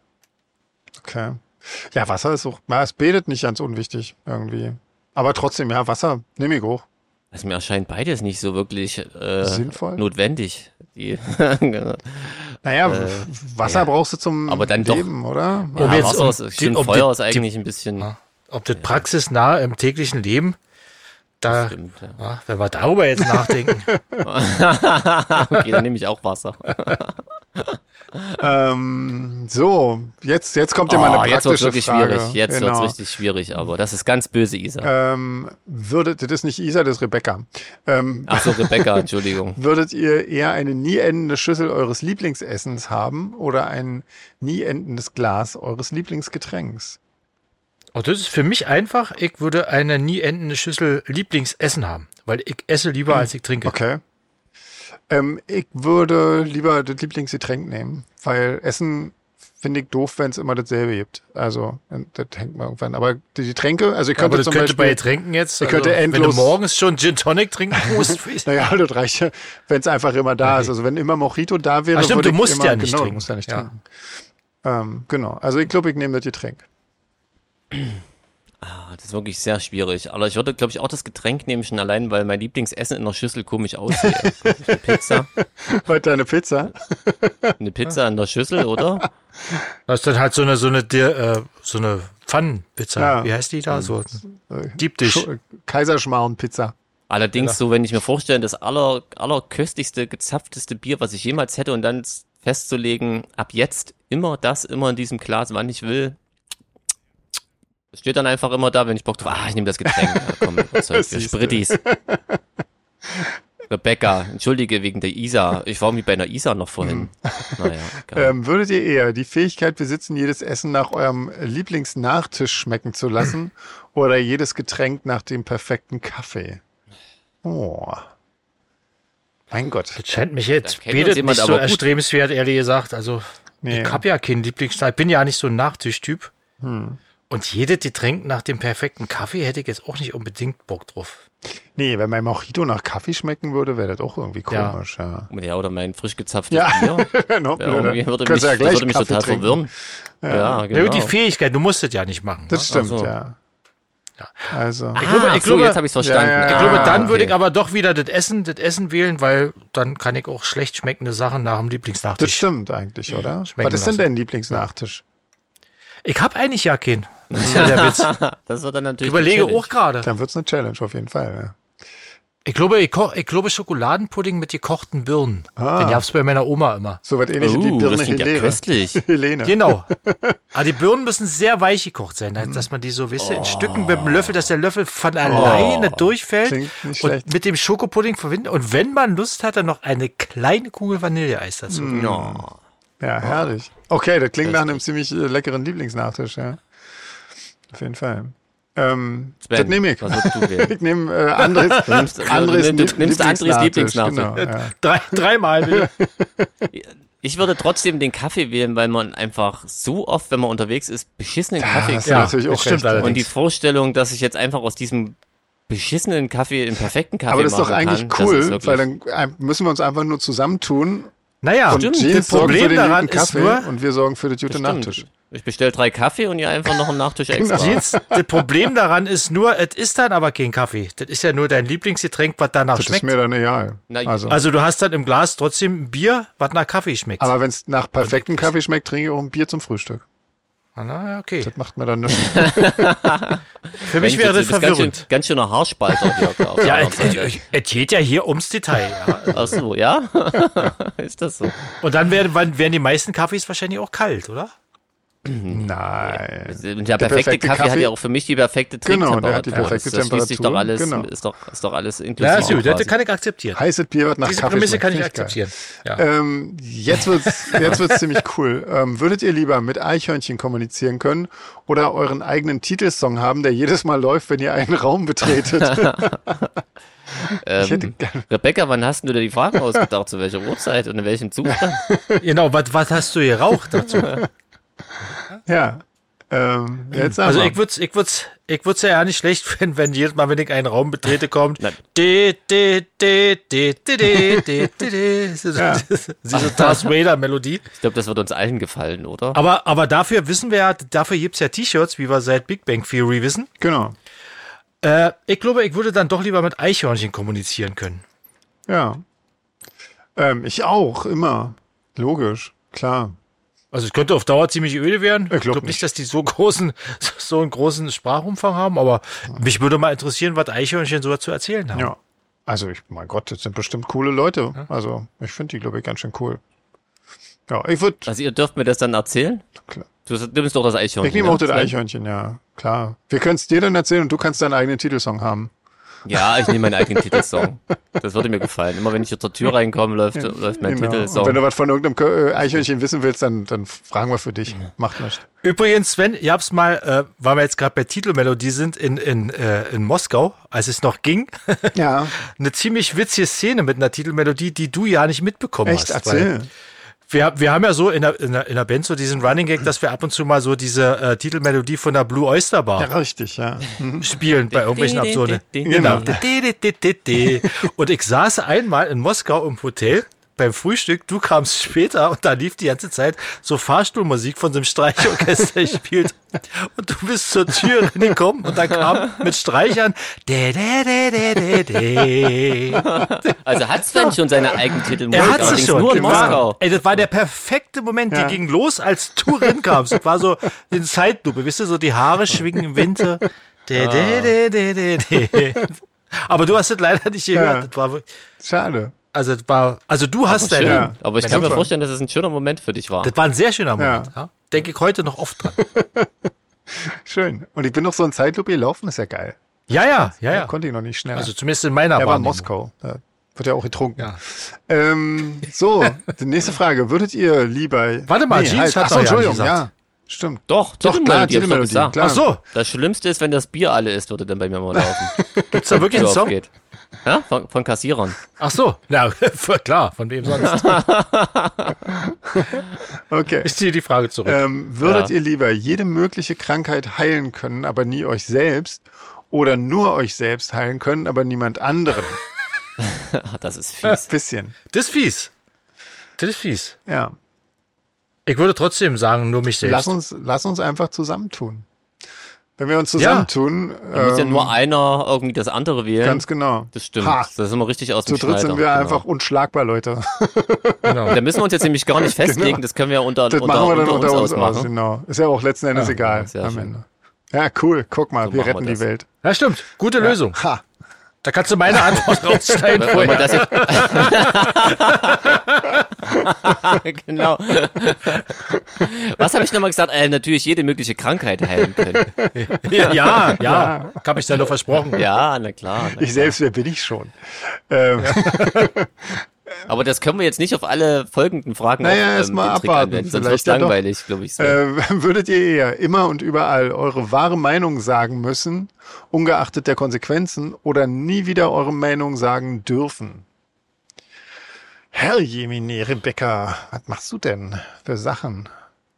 B: Okay. Ja, Wasser ist auch, na, es bildet nicht ganz unwichtig irgendwie. Aber trotzdem, ja, Wasser nehme ich hoch.
A: Also mir erscheint beides nicht so wirklich äh,
B: Sinnvoll?
A: notwendig. Die Genau.
B: Naja, w- Wasser
A: äh, ja.
B: brauchst du zum
A: Aber dann doch-
B: Leben, oder?
A: ja,
C: jetzt-
A: Ah, Wasser ist,
C: um die-
A: stimmt,
C: um die-
A: Feuer ist
C: die- Ah.
A: eigentlich ein bisschen.
C: Ob das praxisnah im täglichen Leben, da,
A: Stimmt, ja.
C: ja, wenn wir darüber jetzt nachdenken.
A: okay, dann nehme ich auch Wasser.
B: Ähm, so, jetzt, jetzt kommt ja mal eine
A: Oh,
B: praktische
A: jetzt wird's wirklich
B: Frage.
A: schwierig. Jetzt
B: genau.
A: wird's richtig schwierig, aber das ist ganz böse, Isa.
B: Ähm, würde, das ist nicht Isa, das ist Rebecca. Ähm,
A: Ach so, Rebecca, Entschuldigung.
B: Würdet ihr eher eine nie endende Schüssel eures Lieblingsessens haben oder ein nie endendes Glas eures Lieblingsgetränks?
C: Und Oh, das ist für mich einfach, ich würde eine nie endende Schüssel Lieblingsessen haben. Weil ich esse lieber, als ich trinke.
B: Hm. Okay. Ähm, ich würde lieber das Lieblingsgetränk nehmen, weil Essen finde ich doof, wenn es immer dasselbe gibt. Also, und das hängt mal irgendwann. Aber die Getränke, also ich könnte
C: Aber das
B: zum
C: könnte bei
B: Beispiel...
C: Getränken jetzt, Also,
B: ich könnte
C: wenn du
B: endlos-
C: morgens schon Gin Tonic trinken musst.
B: naja, das reicht ja, wenn es einfach immer da ist. Also wenn immer Mojito da wäre,
C: Ach stimmt,
B: würde
C: du
B: ich
C: musst
B: immer,
C: ja nicht
B: genau,
C: trinken.
B: Du musst ja nicht
C: Ja.
B: trinken. Ähm, genau. Also ich glaube, ich nehme das Getränk.
A: Ah, Das ist wirklich sehr schwierig. Aber ich würde, glaube ich, auch das Getränk nehmen, schon allein, weil mein Lieblingsessen in der Schüssel komisch aussieht. eine Pizza,
B: Weil deine Pizza...
A: eine Pizza in der Schüssel, oder?
C: Das ist dann halt so eine, so eine, dir- äh, so eine Pfannenpizza.
B: Ja.
C: Wie heißt die da? So,
B: Äh,
C: Diebtisch.
B: Schu- Kaiserschmarrn-Pizza.
A: Allerdings,
C: Genau.
A: so, wenn ich mir vorstelle, das aller, allerköstlichste, gezapfteste Bier, was ich jemals hätte, und dann festzulegen, ab jetzt immer das, immer in diesem Glas, wann ich will. Es Steht dann einfach immer da, wenn ich Bock drauf Ah, ich nehme das Getränk. Ja, komm, überzeugt mich.
B: Siehste.
A: Sprittis. Rebecca, entschuldige wegen der Isa. Ich war irgendwie bei einer Isa noch
C: Hm.
A: vorhin. Naja, egal.
B: Ähm, würdet ihr eher die Fähigkeit besitzen, jedes Essen nach eurem Lieblingsnachtisch schmecken zu lassen oder jedes Getränk nach dem perfekten Kaffee? Oh. Mein Gott.
C: das scheint mich jetzt
A: Da kennt uns
C: betet
A: jemand
C: nicht so
A: aber gut.
C: erstrebenswert, ehrlich gesagt. Also,
B: Nee.
C: ich habe ja keinen Lieblingsteil. Ich bin ja nicht so ein Nachtischtyp.
B: Hm.
C: Und jedes Getränk nach dem perfekten Kaffee hätte ich jetzt auch nicht unbedingt Bock drauf.
B: Nee, wenn mein Mojito nach Kaffee schmecken würde, wäre das auch irgendwie
C: Ja.
B: komisch. Ja.
A: Ja, oder mein frisch gezapftes
B: Ja,
A: Bier.
B: Noch
A: Ja,
B: blöder.
A: irgendwie würde mich,
B: Könntest
A: das würde mich
B: Kaffee
A: total
B: trinken.
A: verwirren. Ja,
C: Genau.
A: genau.
C: Die Fähigkeit, du musst es ja nicht machen.
B: Das
C: ne?
B: stimmt,
A: so.
B: ja. Also,
A: ah,
C: glaube- ich
A: so,
C: glaube-
A: jetzt habe ich es verstanden.
B: Ja, ja,
C: Ich
B: ja.
C: glaube,
A: Ah,
C: dann
A: okay.
C: würde ich aber doch wieder das Essen, das Essen wählen, weil dann kann ich auch schlecht schmeckende Sachen nach dem
B: das
C: Lieblingsnachtisch.
B: stimmt eigentlich, oder?
C: Schmecken
B: Was ist denn
C: lassen.
B: dein Lieblingsnachtisch?
C: Ich habe eigentlich ja keinen. Das ist ja der Witz.
A: Das wird dann
C: Ich
A: natürlich.
C: überlege
A: eine
C: auch gerade.
B: Dann wird's eine Challenge auf jeden Fall. Ja.
C: Ich glaube, ich, koch, ich glaube Schokoladenpudding mit gekochten Birnen.
B: Ah.
C: Den gab's bei meiner Oma immer.
B: So was ähnliches wie
A: Challenge. Uh,
B: Birne
A: das klingt ja
B: Helene.
A: köstlich.
B: Helene.
C: Genau. Aber die Birnen müssen sehr weich gekocht sein, dass man die so, weißt du, in Stücken mit dem Löffel, dass der Löffel von alleine durchfällt
B: Oh, Klingt nicht schlecht.
C: und mit dem Schokopudding verbinden. Und wenn man Lust hat, dann noch eine kleine Kugel Vanilleeis dazu.
B: Hm.
A: Ja. Oh.
B: Ja, herrlich. Okay, das klingt nach einem ziemlich äh, leckeren Lieblingsnachtisch, ja. Auf jeden Fall. Ähm,
A: Sven,
B: das nehme ich.
A: Was würdest du wählen?
B: Ich nehme äh, Andres.
A: Du nimmst,
B: Andres
A: du, nimmst- du nimmst Andres Lieblingsnachricht.
B: Genau, ja.
C: Drei, dreimal. will-
A: Ich würde trotzdem den Kaffee wählen, weil man einfach so oft, wenn man unterwegs ist, beschissenen Kaffee
B: hast
A: kriegt.
B: du natürlich auch
C: das stimmt
B: recht.
C: allerdings.
A: Und die Vorstellung, dass ich jetzt einfach aus diesem beschissenen Kaffee den perfekten Kaffee
B: Aber das ist
A: machen
B: doch eigentlich
A: kann, das ist
B: cool,
A: wirklich-
B: weil dann äh, müssen wir uns einfach nur zusammentun
C: Naja,
B: und
C: das
B: Jeans sorgt für
C: Problem
B: den
C: daran
B: guten
C: ist
B: Kaffee
C: nur,
B: und wir sorgen für den guten
A: Stimmt.
B: Nachtisch.
A: Ich bestelle drei Kaffee und ihr einfach noch einen Nachtisch extra.
C: Jeans, das Problem daran ist nur, es ist dann aber kein Kaffee. Das ist ja nur dein Lieblingsgetränk, was danach
B: Das ist
C: schmeckt.
B: mir dann egal.
A: Na,
B: also.
C: Also du hast dann im Glas trotzdem ein Bier, was nach Kaffee schmeckt.
B: aber wenn es nach perfektem Kaffee schmeckt, trinke ich auch ein Bier zum Frühstück.
C: Na, okay.
B: Das macht mir dann nichts.
C: Für mich wäre das
A: ganz schön,
C: verwirrend.
A: ganz schöner Haarspalter hier auf der
C: Ja,
A: anderen
C: es
A: Seite.
C: es- es geht ja hier ums Detail. Ja.
A: Ach so, ja? ist das so?
C: Und dann werden, wann werden die meisten Kaffees wahrscheinlich auch kalt, oder?
B: Nein.
A: Und der, perfekte, Kaffee, hat ja auch für mich die perfekte
B: Genau,
A: Trinktemperatur.
B: der hat die perfekte
A: das, das schließt sich doch
B: Temperatur,
A: alles,
B: genau.
A: ist, doch, ist doch alles inklusive.
C: Ja, ist gut. Das
A: quasi.
C: kann ich akzeptieren.
B: Heißes Bier wird nach
C: Diese
B: Kaffee
C: Prämisse
B: schmeckt,
C: kann ich
B: finde geil.
C: akzeptieren. Ja.
B: Ähm, jetzt wird's, jetzt wird's ziemlich cool. Ähm, würdet ihr lieber mit Eichhörnchen kommunizieren können oder euren eigenen Titelsong haben, der jedes Mal läuft, wenn ihr einen Raum betretet? ich hätte
A: Ähm,
B: gerne.
A: Rebecca, wann hast du dir die Fragen ausgedacht? Zu welcher Uhrzeit und in welchem Zustand?
C: Genau, was, was hast du geraucht dazu?
B: Ja. Ähm, jetzt
C: Also
B: aber.
C: ich würd's, ich würd's, ich würd's ja nicht schlecht finden, wenn jedes Mal, wenn ich einen Raum betrete, kommt.
A: Nein.
C: De, de, de, de, de, de, de, de, de. So- Diese Darth Vader Melodie.
A: Ich glaube, das wird uns allen gefallen, oder?
C: Aber, aber dafür wissen wir ja, dafür gibt's ja T-Shirts, wie wir seit Big Bang Theory wissen.
B: genau.
C: Äh, ich glaube, ich würde dann doch lieber mit Eichhörnchen kommunizieren können.
B: Ja. Ähm, ich auch, immer. Logisch, klar.
C: Also es könnte auf Dauer ziemlich öde werden. Ich
B: glaub
C: glaube nicht, dass die so großen, so- so einen großen Sprachumfang haben, aber mich würde mal interessieren, was Eichhörnchen so zu erzählen haben.
B: Ja. Also, ich, mein Gott, das sind bestimmt coole Leute. Also, ich finde die, glaube ich, ganz schön cool. Ja, ich würde.
A: Also ihr dürft mir das dann erzählen?
B: Klar.
A: Du nimmst doch das Eichhörnchen.
B: Ich nehme auch
A: ne?
B: das Eichhörnchen, ja, klar. Wir können es dir dann erzählen und du kannst deinen eigenen Titelsong haben.
A: Ja, ich nehme meinen eigenen Titelsong. Das würde mir gefallen. Immer wenn ich hier zur Tür reinkomme, läuft, läuft mein
B: Genau. Und wenn du
A: Titelsong.
B: was von irgendeinem Kö- äh, Eichhörnchen wissen willst, dann, dann fragen wir für dich. Macht nichts.
C: Übrigens, Sven, ihr habt's mal, äh, weil wir jetzt gerade bei Titelmelodie sind, in, in, äh, in Moskau, als es noch ging,
B: Ja,
C: eine ziemlich witzige Szene mit einer Titelmelodie, die du ja nicht mitbekommen
B: echt,
C: hast. weil
B: erzähl.
C: Wir, wir haben ja so in der, in, der, in der Band so diesen Running Gag, dass wir ab und zu mal so diese äh, Titelmelodie von der Blue Oyster Bar
B: Ja, richtig, ja.
C: spielen bei irgendwelchen Absurden. Genau. Und ich saß einmal in Moskau im Hotel beim Frühstück, du kamst später und da lief die ganze Zeit so Fahrstuhlmusik von so einem Streichorchester gespielt. Und du bist zur Tür gekommen und da kam mit Streichern. De, de, de, de, de, de.
A: Also hat Sven schon seine eigenen Titel
C: Er hat sie
A: allerdings
C: schon. Genau.
A: nur in
C: Das war-
A: Moskau.
C: Ey, das war der perfekte Moment,
B: Ja.
C: die ging los, als du rinkamst. Das war so in Zeitlupe, weißt du, so die Haare schwingen im Winter. De, de, de, de, de, de. Aber du hast es leider nicht gehört.
B: Ja.
C: Das war wirklich-
B: Schade.
C: also, das war, also du hast
A: Schön.
C: deine.
B: Ja.
A: Aber ich
C: Mein
A: kann mir
C: Super.
A: vorstellen, dass es ein schöner Moment für dich war.
C: Das war ein sehr schöner Moment.
B: Ja.
C: Ja. Denke ich heute noch oft dran.
B: Schön. Und ich bin noch so in Zeitlupe gelaufen, ist ja geil.
C: Ja, ja, ja, ja.
B: Konnte ich noch nicht schneller.
C: Also zumindest in meiner
B: er war in
C: Wahrnehmung.
B: Moskau. Da wird ja auch getrunken.
C: Ja.
B: Ähm, so, die nächste Frage. Würdet ihr lieber. halt.
C: Warte mal, Jeans hat
B: Ach so,
C: doch ja
B: Entschuldigung,
C: gesagt.
B: ja. Stimmt.
A: Doch,
B: Doch,
A: Titelmelodie, hab ich doch
B: klar, Titelmelodie,
A: gesagt.
B: klar.
C: Ach so,
A: Das Schlimmste ist, wenn das Bier alle ist, würde dann bei mir mal laufen.
C: gibt's da wirklich
A: so
C: einen Song?
A: aufgeht. Ja, von, von Kassierern.
C: Ach so, na klar, von wem sonst?
B: Okay.
C: Ich ziehe die Frage zurück.
B: Ähm, würdet
A: Ja.
B: ihr lieber jede mögliche Krankheit heilen können, aber nie euch selbst? Oder nur euch selbst heilen können, aber niemand anderen?
A: Ah, Das ist fies.
B: Bisschen.
C: Das ist fies. Das ist fies.
B: Ja.
C: Ich würde trotzdem sagen, nur mich selbst.
B: Lass uns, lass uns einfach zusammentun. Wenn wir uns zusammentun,
A: Da muss ja
B: ähm,
A: nur einer irgendwie das andere wählen.
B: ganz genau.
A: Das stimmt.
B: Ha.
A: Das ist immer richtig aus
B: Zu
A: dem
B: dritt
A: Schneider.
B: sind wir
A: genau.
B: einfach unschlagbar, Leute.
C: Genau.
A: Da müssen wir uns jetzt nämlich gar nicht festlegen. Das können wir ja unter,
B: Genau. Das
A: unter,
B: machen wir dann
A: unter,
B: unter uns,
A: ausmachen.
B: aus, genau. Ist ja auch letzten Endes egal
A: sehr
B: am
A: schön.
B: Ende. Ja, cool. Guck mal, wir
A: machen wir
B: retten die
A: das.
B: Welt.
C: Ja, stimmt. Gute Lösung.
B: Ha.
C: Da kannst du meine Antwort rausschneiden.
A: Wenn man
C: vorher.
A: das jetzt genau. Was habe ich nochmal gesagt? Äh, natürlich jede mögliche Krankheit heilen können.
C: Ja, ja. ja. Hab ich dir nur versprochen.
A: Ja, na klar. Na
B: Ich selbst, wer bin ich schon? Ähm,
A: Aber das können wir jetzt nicht auf alle folgenden Fragen
B: Naja,
A: auf, ähm,
B: erst mal
A: den Trick
B: abwarten,
A: anwenden, sonst wird's
B: vielleicht ja doch.
A: langweilig, glaube ich. So.
B: Äh, würdet ihr eher immer und überall eure wahre Meinung sagen müssen, ungeachtet der Konsequenzen, oder nie wieder eure Meinung sagen dürfen? Herr Jemine, Rebecca, was machst du denn für Sachen?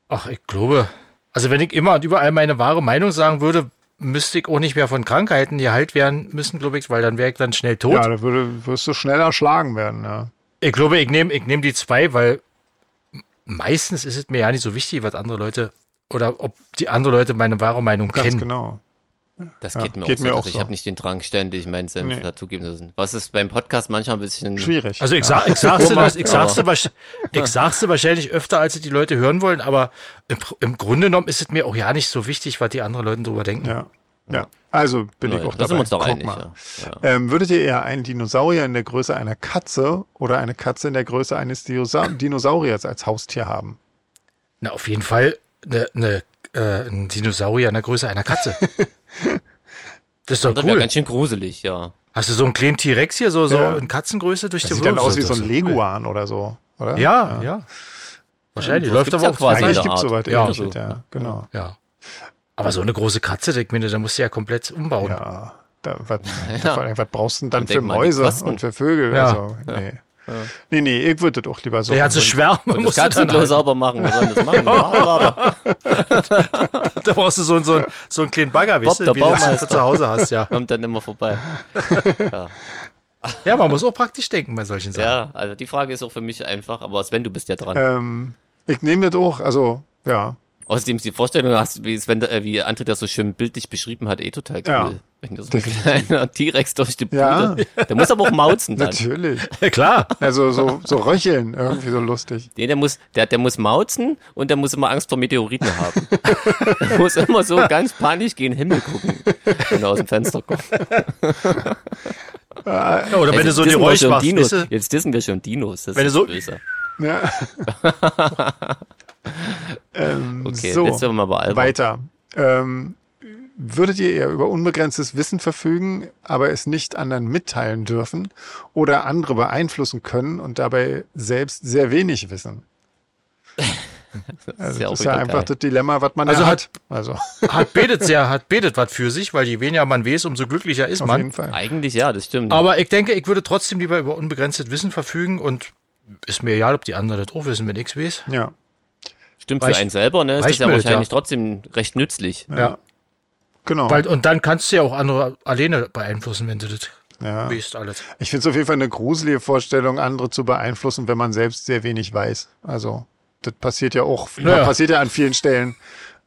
C: Ach, ich glaube. Also wenn ich immer und überall meine wahre Meinung sagen würde, müsste ich auch nicht mehr von Krankheiten geheilt werden müssen, glaube ich, weil dann wäre ich dann schnell tot.
B: Ja, da würde, wirst du schnell erschlagen werden, ja.
C: Ich glaube, ich nehme ich nehm die zwei, weil meistens ist es mir ja nicht so wichtig, was andere Leute oder ob die andere Leute meine wahre Meinung
B: Ganz
C: kennen.
B: genau.
A: das
B: ja,
A: geht mir
B: geht
A: auch
B: mir
A: so.
B: auch
A: also ich
B: so.
A: habe nicht den Drang, ständig meinen Senf
B: Nee.
A: dazugeben zu müssen. Was ist beim Podcast manchmal ein bisschen
B: Schwierig.
C: Also ich, sag, ich, sag's dir, was- ich, sag's dir, wahrsch- ich sag's dir wahrscheinlich öfter, als es die Leute hören wollen, aber im, Pr- im Grunde genommen ist es mir auch ja nicht so wichtig, was die anderen Leute drüber denken.
B: ja. ja. Also bin
A: Naja,
B: ich auch
A: da
B: dabei.
A: sind wir uns doch
B: Guck
A: einig.
B: mal.
A: Ja. Ja.
B: Ähm, würdet ihr eher einen Dinosaurier in der Größe einer Katze oder eine Katze in der Größe eines Dinosa Dinosauriers als Haustier haben?
C: Na, auf jeden Fall eine, eine, äh, ein Dinosaurier in der Größe einer Katze. Das ist doch
A: Das wäre
C: cool.
A: ganz schön gruselig, ja.
C: Hast du so einen kleinen T-Rex hier, so, so
B: Ja.
C: in Katzengröße durch die
B: Sieht dann
C: Würfel?
B: aus wie
C: Das
B: so
C: ist
B: ein
C: doch
B: Leguan oder so, oder?
C: cool. Ja, ja. Wahrscheinlich.
A: Das
C: Läuft
A: gibt's ja
C: aber auch quasi.
A: quasi.
B: Eigentlich
A: Seiner
B: gibt es
A: Art.
B: soweit
C: Ja.
B: ähnliches, ja, genau.
C: Ja. Aber so eine große Katze, ich meine, da musst du ja komplett umbauen.
B: Ja. Ah, Da, was, Vor allem, was brauchst du denn dann
A: Und
B: für
A: denk mal an die
B: Mäuse
A: Kosten.
B: und für Vögel?
C: Ja. also
B: Also, nee. nee, nee, ich würde das auch lieber so.
C: Der ganze Schwärme
A: Das
C: musst du
A: kannst du
C: dann
A: bloß
C: halt,
A: sauber machen. Was soll das machen? Ja.
C: Da brauchst du so, einen- so, einen- so einen kleinen Bagger,
A: Bob,
C: weißt
A: der
C: du, wie du das
A: Baumeister.
C: zu Hause hast, ja.
A: Kommt dann immer vorbei.
C: Ja, man muss auch praktisch denken bei solchen Sachen.
A: Ja, also die Frage ist auch für mich einfach, aber Sven, du bist ja dran.
B: ähm, ich nehme das auch, also, ja.
A: Außerdem ist die Vorstellung, hast, wie, Sven, äh, wie André das so schön bildlich beschrieben hat, eh total cool.
B: Ja.
A: Wenn da so ein kleiner T-Rex durch die Bude,
B: Ja.
A: der muss aber auch mauzen dann.
B: Natürlich.
C: Ja, klar.
B: Also so, so röcheln, irgendwie so lustig.
A: Nee, der muss, der, der muss mauzen und der muss immer Angst vor Meteoriten haben. der muss immer so ganz panisch gegen den Himmel gucken, wenn er aus dem Fenster kommt.
C: Ja, oder wenn
A: Ey,
C: du so ein
A: dissen wir
C: Geräusch
A: schon
C: machst,
A: Dinos.
C: weißt du,
A: Jetzt dissen wir schon Dinos. Das
C: Wenn du
A: ist
C: so-
A: böse.
B: Ja. ähm,
A: Okay,
B: so.
A: jetzt werden wir mal
C: Genau.
A: albern.
B: Weiter. Ähm, würdet ihr eher über unbegrenztes Wissen verfügen, aber es nicht anderen mitteilen dürfen oder andere beeinflussen können und dabei selbst sehr wenig wissen? Also,
A: ja
B: das
A: auch
B: ist ja
A: wieder
B: einfach
A: geil.
B: das Dilemma, was man
C: Also
B: ja
C: hat-
B: hat. Also,
C: hat betet ja, hat betet was für sich, weil je weniger man weiß, umso glücklicher ist
B: auf
C: man.
B: jeden Fall.
A: Eigentlich ja, das stimmt.
C: Aber ich denke, ich würde trotzdem lieber über unbegrenztes Wissen verfügen und ist mir egal, ob die anderen das auch wissen, wenn ich's weiß.
B: Ja.
A: stimmt für
C: Reich-
A: einen selber, ne? Ist das ja
C: Reichbild,
A: wahrscheinlich
C: ja.
A: trotzdem recht nützlich.
C: Ja.
B: Genau.
C: Weil, und dann kannst du ja auch andere alleine beeinflussen, wenn du das
B: ja.
C: weißt alles.
B: Ich finde es auf jeden Fall eine gruselige Vorstellung, andere zu beeinflussen, wenn man selbst sehr wenig weiß. Also, das passiert ja auch,
C: Naja.
B: passiert ja an vielen Stellen.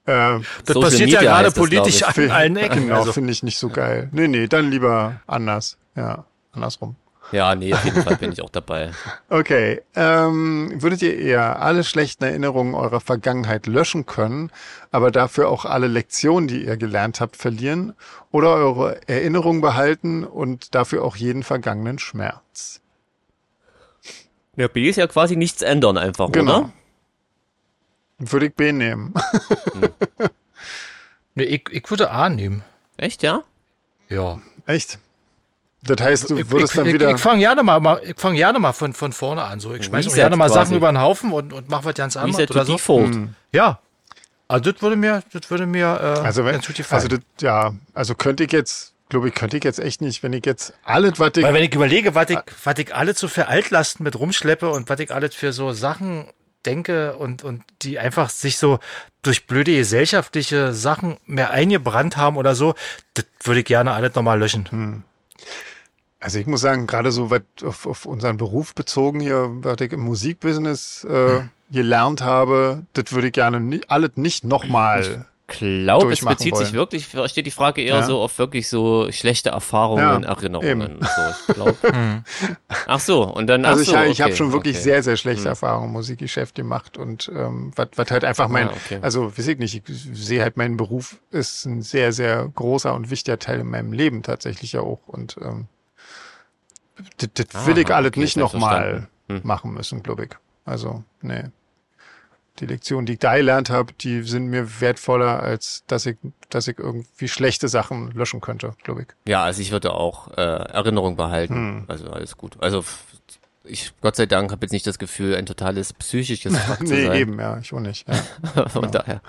B: Ähm,
C: Das
A: Social
C: passiert
A: Media
C: ja gerade
A: heißt das,
C: politisch
A: glaub
C: an allen Ecken.
B: genau,
C: Also,
B: finde ich nicht so geil. Nee, nee, dann lieber anders. Ja, andersrum.
A: Ja, nee, auf jeden Fall bin ich auch dabei.
B: Okay, ähm, würdet ihr eher alle schlechten Erinnerungen eurer Vergangenheit löschen können, aber dafür auch alle Lektionen, die ihr gelernt habt, verlieren oder eure Erinnerung behalten und dafür auch jeden vergangenen Schmerz?
A: Ja, B ist ja quasi nichts ändern einfach,
B: Genau.
A: oder?
B: Würde ich B nehmen.
C: nee, ich, ich würde A nehmen.
A: Echt, ja?
C: Ja.
B: Echt? Das heißt, du
C: Ich,
B: würdest
C: ich,
B: dann
C: ich,
B: wieder.
C: ich fange gerne mal, mal, ich fang gerne mal von, von vorne an. So. Ich schmeiß auch
A: Reset
C: gerne mal
A: quasi.
C: Sachen über den Haufen und, und mach was ganz
A: Reset
C: anderes
A: to
C: oder so.
A: default.
C: Ja. Also das würde mir, das würde mir äh,
B: also, wenn,
C: ganz gut gefallen.
B: also das, ja, also könnte ich jetzt, glaube ich, könnte ich jetzt echt nicht, wenn ich jetzt alles, was ich
C: Weil wenn ich überlege, was
B: Ah.
C: ich, was ich alles so für Altlasten mit rumschleppe und was ich alles für so Sachen denke und, und die einfach sich so durch blöde gesellschaftliche Sachen mehr eingebrannt haben oder so, das würde ich gerne alles nochmal löschen.
B: Also ich muss sagen, gerade so weit auf, auf unseren Beruf bezogen hier, was ich im Musikbusiness äh, gelernt habe, das würde ich gerne nie, alles nicht nochmal.
A: Glaube, es
B: Durchmachen
A: bezieht sich
B: wollen.
A: wirklich, versteht die Frage eher
B: Ja.
A: so auf wirklich so schlechte Erfahrungen
B: Ja,
A: und Erinnerungen.
B: eben.
A: und So, ich glaub. ach so, und dann.
B: Also
A: ach
B: ich,
A: so, okay,
B: ich habe schon wirklich
A: okay. Hm.
B: sehr, sehr schlechte Erfahrungen im Musikgeschäft gemacht und ähm, was was halt einfach mein,
A: Ah, okay.
B: also weiß ich nicht, ich sehe halt, mein Beruf ist ein sehr, sehr großer und wichtiger Teil in meinem Leben tatsächlich ja auch und ähm, das, das will ich
A: Aha,
B: alles
A: Ah, okay,
B: nicht
A: jetzt hab ich's
B: nochmal
A: verstanden. Hm.
B: machen müssen, glaube ich. Also, nee. Die Lektionen, die ich da gelernt habe, die sind mir wertvoller, als dass ich, dass ich irgendwie schlechte Sachen löschen könnte, glaube ich. Hm.
A: Ja, also ich würde auch äh, Erinnerung behalten. Also alles gut. Also f- ich, Gott sei Dank, habe jetzt nicht das Gefühl, ein totales psychisches Fach zu
B: Nee,
A: sein.
B: eben, Genau. ja, ich auch nicht. Ja.
A: Von daher,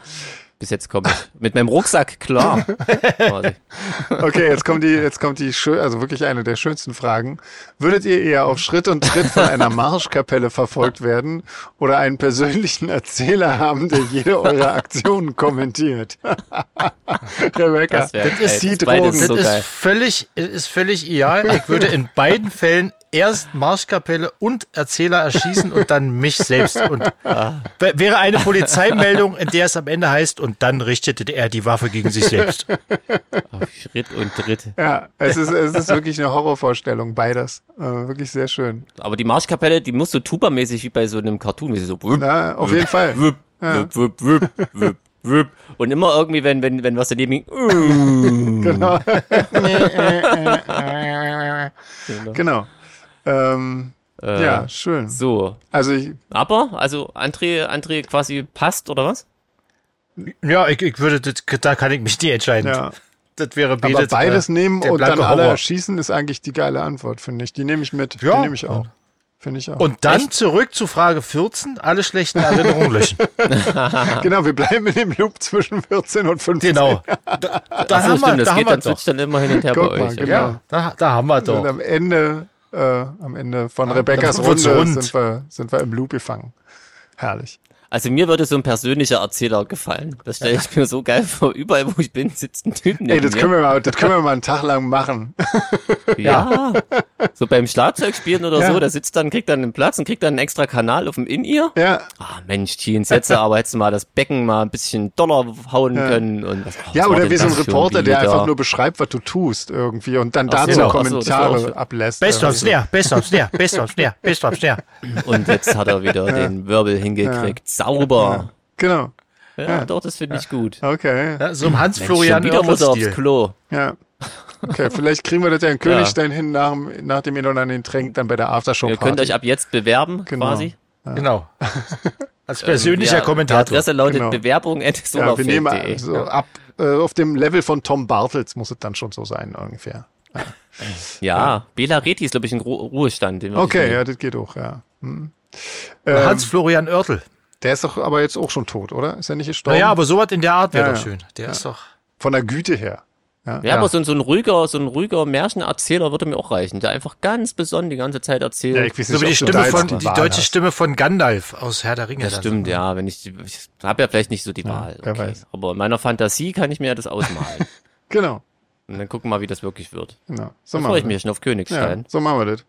A: bis jetzt komme ich mit meinem Rucksack klar. Quasi.
B: Okay, jetzt kommt die, jetzt kommt die, schö- also wirklich eine der schönsten Fragen. Würdet ihr eher auf Schritt und Tritt von einer Marschkapelle verfolgt werden oder einen persönlichen Erzähler haben, der jede eurer Aktionen kommentiert? Rebecca,
A: Das wär
B: das ist
A: geil.
B: die
A: Das beides
B: Drogen.
A: so
C: das
A: geil.
C: ist völlig, es ist völlig ideal. Ich würde in beiden Fällen erst Marschkapelle und Erzähler erschießen und dann mich selbst. Und w- wäre eine Polizeimeldung, in der es am Ende heißt, und dann richtete er die Waffe gegen sich selbst.
A: Auf Schritt und Tritt.
B: Ja, es ist, es ist wirklich eine Horrorvorstellung, beides. Äh, wirklich sehr schön.
A: Aber die Marschkapelle, die musst du tubermäßig wie bei so einem Cartoon, wie sie so wupp,
B: Na, auf jeden Fall.
A: wupp, wupp, wupp, wupp, wupp, wupp. und immer irgendwie, wenn, wenn, wenn was daneben ging, äh,
B: Genau. genau. Ähm,
A: äh,
B: ja, schön.
A: so.
B: Also ich,
A: Aber, also André, André quasi passt, oder was?
C: Ja, ich, ich würde, das, da kann ich mich nie entscheiden.
B: ja.
C: Das wäre
B: Aber
C: beides.
B: beides
C: äh,
B: nehmen
C: der
B: und dann
C: blanke
B: alle
C: Horror.
B: erschießen ist eigentlich die geile Antwort, finde ich. Die nehme ich mit.
C: Ja.
B: Die nehme ich auch. Finde ich auch.
C: Und dann zurück zu Frage 14, alle schlechten Erinnerungen löschen.
B: genau, wir bleiben in dem Loop zwischen 14 und 15.
C: Genau. Da, da
A: Achso,
C: haben wir,
A: stimmt, das
C: da haben
A: geht
C: wir
A: dann,
C: doch.
A: switcht dann immer hin und her
B: Guck
A: bei
B: mal,
A: euch.
B: genau.
C: Ja, da, da haben wir
B: Und
C: doch.
B: am Ende, äh, am Ende von Rebecca's
C: dann wird's
B: Runde
C: rund.
B: sind wir, sind wir im Loop gefangen. Herrlich.
A: Also mir würde so ein persönlicher Erzähler gefallen. Das stelle ich mir so geil vor. Überall, wo ich bin, sitzt ein Typ neben
B: Ey, das
A: mir.
B: können wir mal, das können wir mal einen Tag lang machen.
A: Ja. So beim Schlagzeugspielen oder
B: Ja.
A: so, der sitzt dann, kriegt dann einen Platz und kriegt dann einen extra Kanal auf dem In-Ear.
B: Ja.
A: Ah, Mensch, Jeans, jetzt aber hättest du mal das Becken mal ein bisschen doller hauen können und was,
B: Ja,
A: was war
B: oder
A: denn
B: wie so ein
A: das für
B: Reporter, der
A: Lied da?
B: einfach nur beschreibt, was du tust irgendwie und dann
A: Ach so,
B: dazu
A: genau. Ach so,
B: Kommentare
A: das war auch-
B: ablässt.
C: Best
B: Äh,
C: of Snare, Best of Snare, Best of Snare, Best of Snare.
A: Und jetzt hat er wieder den Wirbel hingekriegt. Sauber.
B: Genau.
A: Ja, doch, das finde ich gut.
B: Okay.
C: Ja, so im
A: Mensch, schon
C: Hans-Florian
A: wieder muss er aufs
C: Stil.
A: Klo.
B: Ja. Okay, vielleicht kriegen wir das ja in Königstein hin, nach, dem- nachdem ihr noch an den Tränkt, dann bei der Aftershow
A: Ihr könnt euch ab jetzt bewerben,
B: Genau.
A: quasi.
C: Genau. Als persönlicher
A: Ja, Die
C: Kommentator.
A: Adresse lautet
B: Genau.
A: Bewerbung
B: ja, wir nehmen
A: ja,
B: so ab äh, auf dem Level von Tom Bartels muss es dann schon so sein ungefähr.
A: ja, Bela Reti ist, glaube ich, ein Ru Ruhestand. Den wir
B: Okay,
A: nicht
B: ja, das geht auch, ja. Hm. Ähm,
C: Hans-Florian Oertel.
B: der ist doch aber jetzt auch schon tot, oder? Ist er nicht gestorben?
C: Naja, aber sowas in der Art wäre
B: Ja,
C: doch
B: ja.
C: schön. Der ist doch.
B: von der Güte her.
A: Ja, aber so, ein- so ein ruhiger, so ein ruhiger Märchenerzähler würde mir auch reichen, der einfach ganz besonnen die ganze Zeit erzählt.
B: weiß
C: So wie die
B: ob du da
C: Stimme
B: jetzt
C: von, die
B: Wahl
C: deutsche
B: hast.
C: Stimme von Gandalf aus Herr der Ringe.
A: das
C: dann.
A: stimmt, ja, wenn ich, ich habe ja vielleicht nicht so die Wahl.
B: wer
A: okay.
B: weiß.
A: Aber in meiner Fantasie kann ich mir ja das ausmalen.
B: Genau,
A: Und dann gucken wir mal, wie das wirklich wird.
B: genau. So
A: Da freue ich
B: wir
A: mich schon auf
B: das. ja,
A: Königstein.
B: so machen wir das.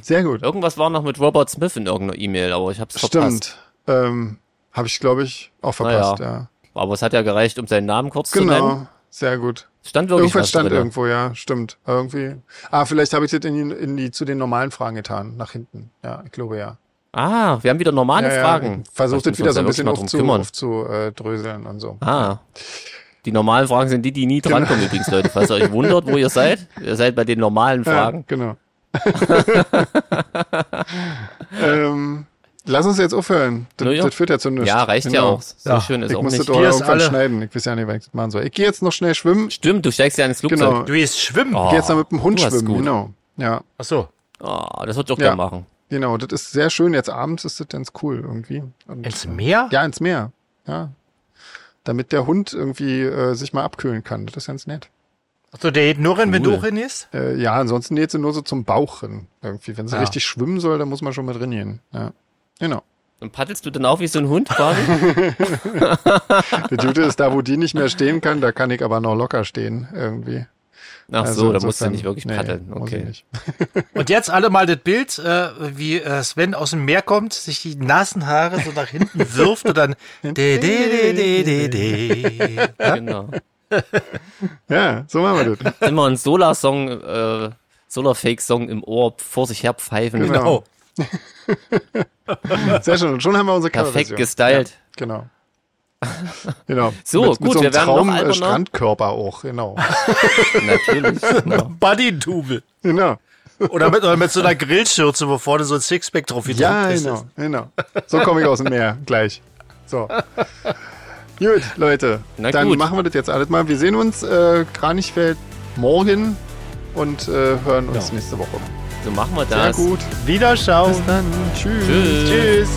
B: Sehr gut.
A: Irgendwas war noch mit Robert Smith in irgendeiner E-Mail, aber ich habe es verpasst.
B: Stimmt. Ähm, Habe ich, glaube ich, auch verpasst, ja.
A: Aber es hat ja gereicht, um seinen Namen kurz zu nennen.
B: Genau, sehr gut.
A: Es Stand wirklich
B: Irgendwas
A: was
B: stand
A: drin.
B: irgendwo, ja, stimmt. Irgendwie. Ah, vielleicht habe ich das in die, in die zu den normalen Fragen getan, nach hinten. Ja, ich glaube ja.
A: Ah, wir haben wieder normale
B: ja, ja,
A: Fragen.
B: ich Versuch
A: Vielleicht
B: das wieder so ein
A: müssen
B: bisschen
A: wir uns da wirklich mal drum kümmern.
B: aufzudröseln äh, dröseln und so.
A: Ah. Die normalen Fragen sind die, die nie
B: Genau.
A: drankommen übrigens, Leute. Falls ihr euch wundert, wo ihr seid, ihr seid bei den normalen Fragen.
B: Ja, genau. ähm, lass uns jetzt aufhören. Das,
A: Na ja.
B: das führt ja zu nichts.
A: Ja, reicht ja
B: Genau.
A: auch. So
C: Ja.
A: schön ist
B: Ich
A: auch
B: muss das
A: nicht.
B: doch
C: Hier ist
B: irgendwann
C: alle-
B: schneiden. Ich weiß ja nicht, was ich das machen soll. Ich gehe jetzt noch schnell schwimmen.
A: Stimmt, du steigst ja ins Flugzeug.
B: Genau.
C: Du gehst schwimmen.
A: Oh,
B: Ich gehe jetzt noch mit dem Hund
A: du hast
B: schwimmen.
A: gut.
B: Genau. Ja.
C: Ach so.
A: Ah, das würde ich auch
B: Ja.
A: gerne machen.
B: Genau, das ist sehr schön. Jetzt abends ist das ganz cool irgendwie. Und,
C: Ins Meer?
B: Ja, ins Meer. Ja. Damit der Hund irgendwie äh, sich mal abkühlen kann. Das ist ganz nett.
C: Ach so, der geht nur rein, wenn
A: Cool.
C: du reingehst?
B: Äh, ja, ansonsten geht sie nur so zum Bauch hin. Irgendwie. Wenn sie
C: Ja.
B: richtig schwimmen soll, dann muss man schon mit drin gehen. Ja. Genau.
A: Und paddelst du dann auch wie so ein Hund quasi?
B: Die Tüte ist da, wo die nicht mehr stehen kann, da kann ich aber noch locker stehen irgendwie.
A: Ach
B: Also
A: so, da musst du
B: insofern,
A: nicht wirklich
B: nee,
A: paddeln.
B: muss ich
A: Okay.
B: nicht.
C: Und jetzt alle mal das Bild, äh, wie äh, Sven aus dem Meer kommt, sich die nassen Haare so nach hinten wirft und dann. de, de, de, de, de, de.
A: Genau.
B: Ja, so machen wir das.
A: Immer ein Solar-Song, äh, Solar-Fake-Song im Ohr vor sich her pfeifen.
B: Genau.
C: Oh,
B: Sehr schön. Und schon haben wir unsere
A: Genau. Perfekt
B: Coverversion.
A: gestylt.
B: Ja, genau. Genau.
A: So,
B: mit, mit
A: gut,
B: so einem
A: wir werden noch ne?
B: Traum,
A: alberner.
B: äh, Strandkörper auch, genau.
A: Natürlich. Genau.
C: Buddy-Double.
B: genau.
C: Oder mit, oder mit so einer Grillschürze, wo vorne so ein Sixpack drauf gedruckt
B: Ja,
C: ist.
B: genau, genau. So komme ich aus dem Meer gleich. So. Gut, Leute.
A: Na
B: dann
A: gut.
B: machen wir das jetzt alles mal. Wir sehen uns äh, Kranichfeld morgen und äh, hören uns
C: Ja.
A: Genau.
B: nächste Woche.
A: So machen wir
B: Sehr
A: das.
B: gut.
C: Wiederschauen.
B: Bis dann. Tschüss.
A: Tschüss.
C: Tschüss.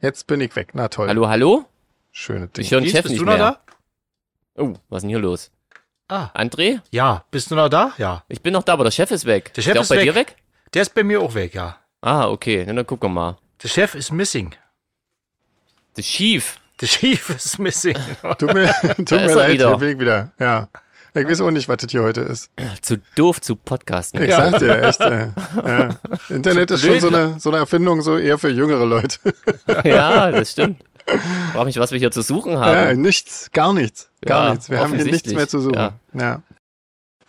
B: Jetzt bin ich weg. Na toll.
A: Hallo, hallo?
B: Schöne Dinge.
A: Ich höre den
C: Dies,
A: Chef
C: bist
A: nicht
C: du noch
A: mehr.
C: da?
A: Oh, was ist denn hier los?
C: Ah.
A: André?
C: Ja, bist du noch da? Ja.
A: Ich bin noch da, aber der Chef ist weg.
C: Der Chef
A: ist der auch
C: ist
A: bei
C: weg.
A: dir weg?
C: Der ist bei mir auch weg, ja.
A: Ah, okay. Na, dann gucken wir mal.
C: Der Chef ist missing.
A: The Chief.
C: Der Chief ist missing.
B: Tut mir, tut
A: Da ist
B: mir
A: er
B: leid,
A: wieder.
B: hier bin ich wieder. Ja. Ich weiß auch nicht, was das hier heute ist.
A: Zu doof zu podcasten.
B: Ich sag dir, echt. Äh, ja. Internet ist schon so eine, so eine Erfindung, so eher für jüngere Leute.
A: Ja, das stimmt. Frag mich, was wir hier zu suchen
B: Ja,
A: haben.
B: nichts, gar nichts, gar
A: Ah, Ja,
B: nichts. Wir haben hier nichts
A: offensichtlich.
B: mehr zu suchen.
A: Ja.
B: Ja.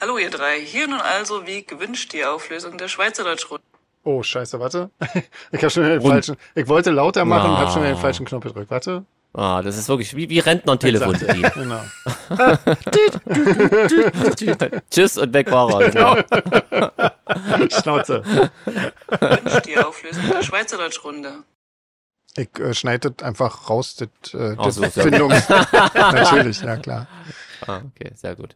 D: Hallo ihr drei, hier nun also wie gewünscht die Auflösung der Schweizerdeutschrunde.
B: Oh, scheiße, warte. Ich habe schon wieder den
A: Rund.
B: falschen. Ich wollte lauter machen und habe
A: Ah.
B: schon wieder den falschen Knopf gedrückt. Warte.
A: Ah, das ist wirklich wie, wie Rentner und Telefon. eh.
B: Genau.
A: Tschüss und weg war er. Genau.
B: Schnauze.
D: Gewünscht die Auflösung der Schweizerdeutschrunde.
B: Ich äh, schneide das einfach raus, das, äh,
A: Ach
B: das
A: so, sehr
B: Findungs. Natürlich, ja klar.
A: Ah, okay, sehr gut.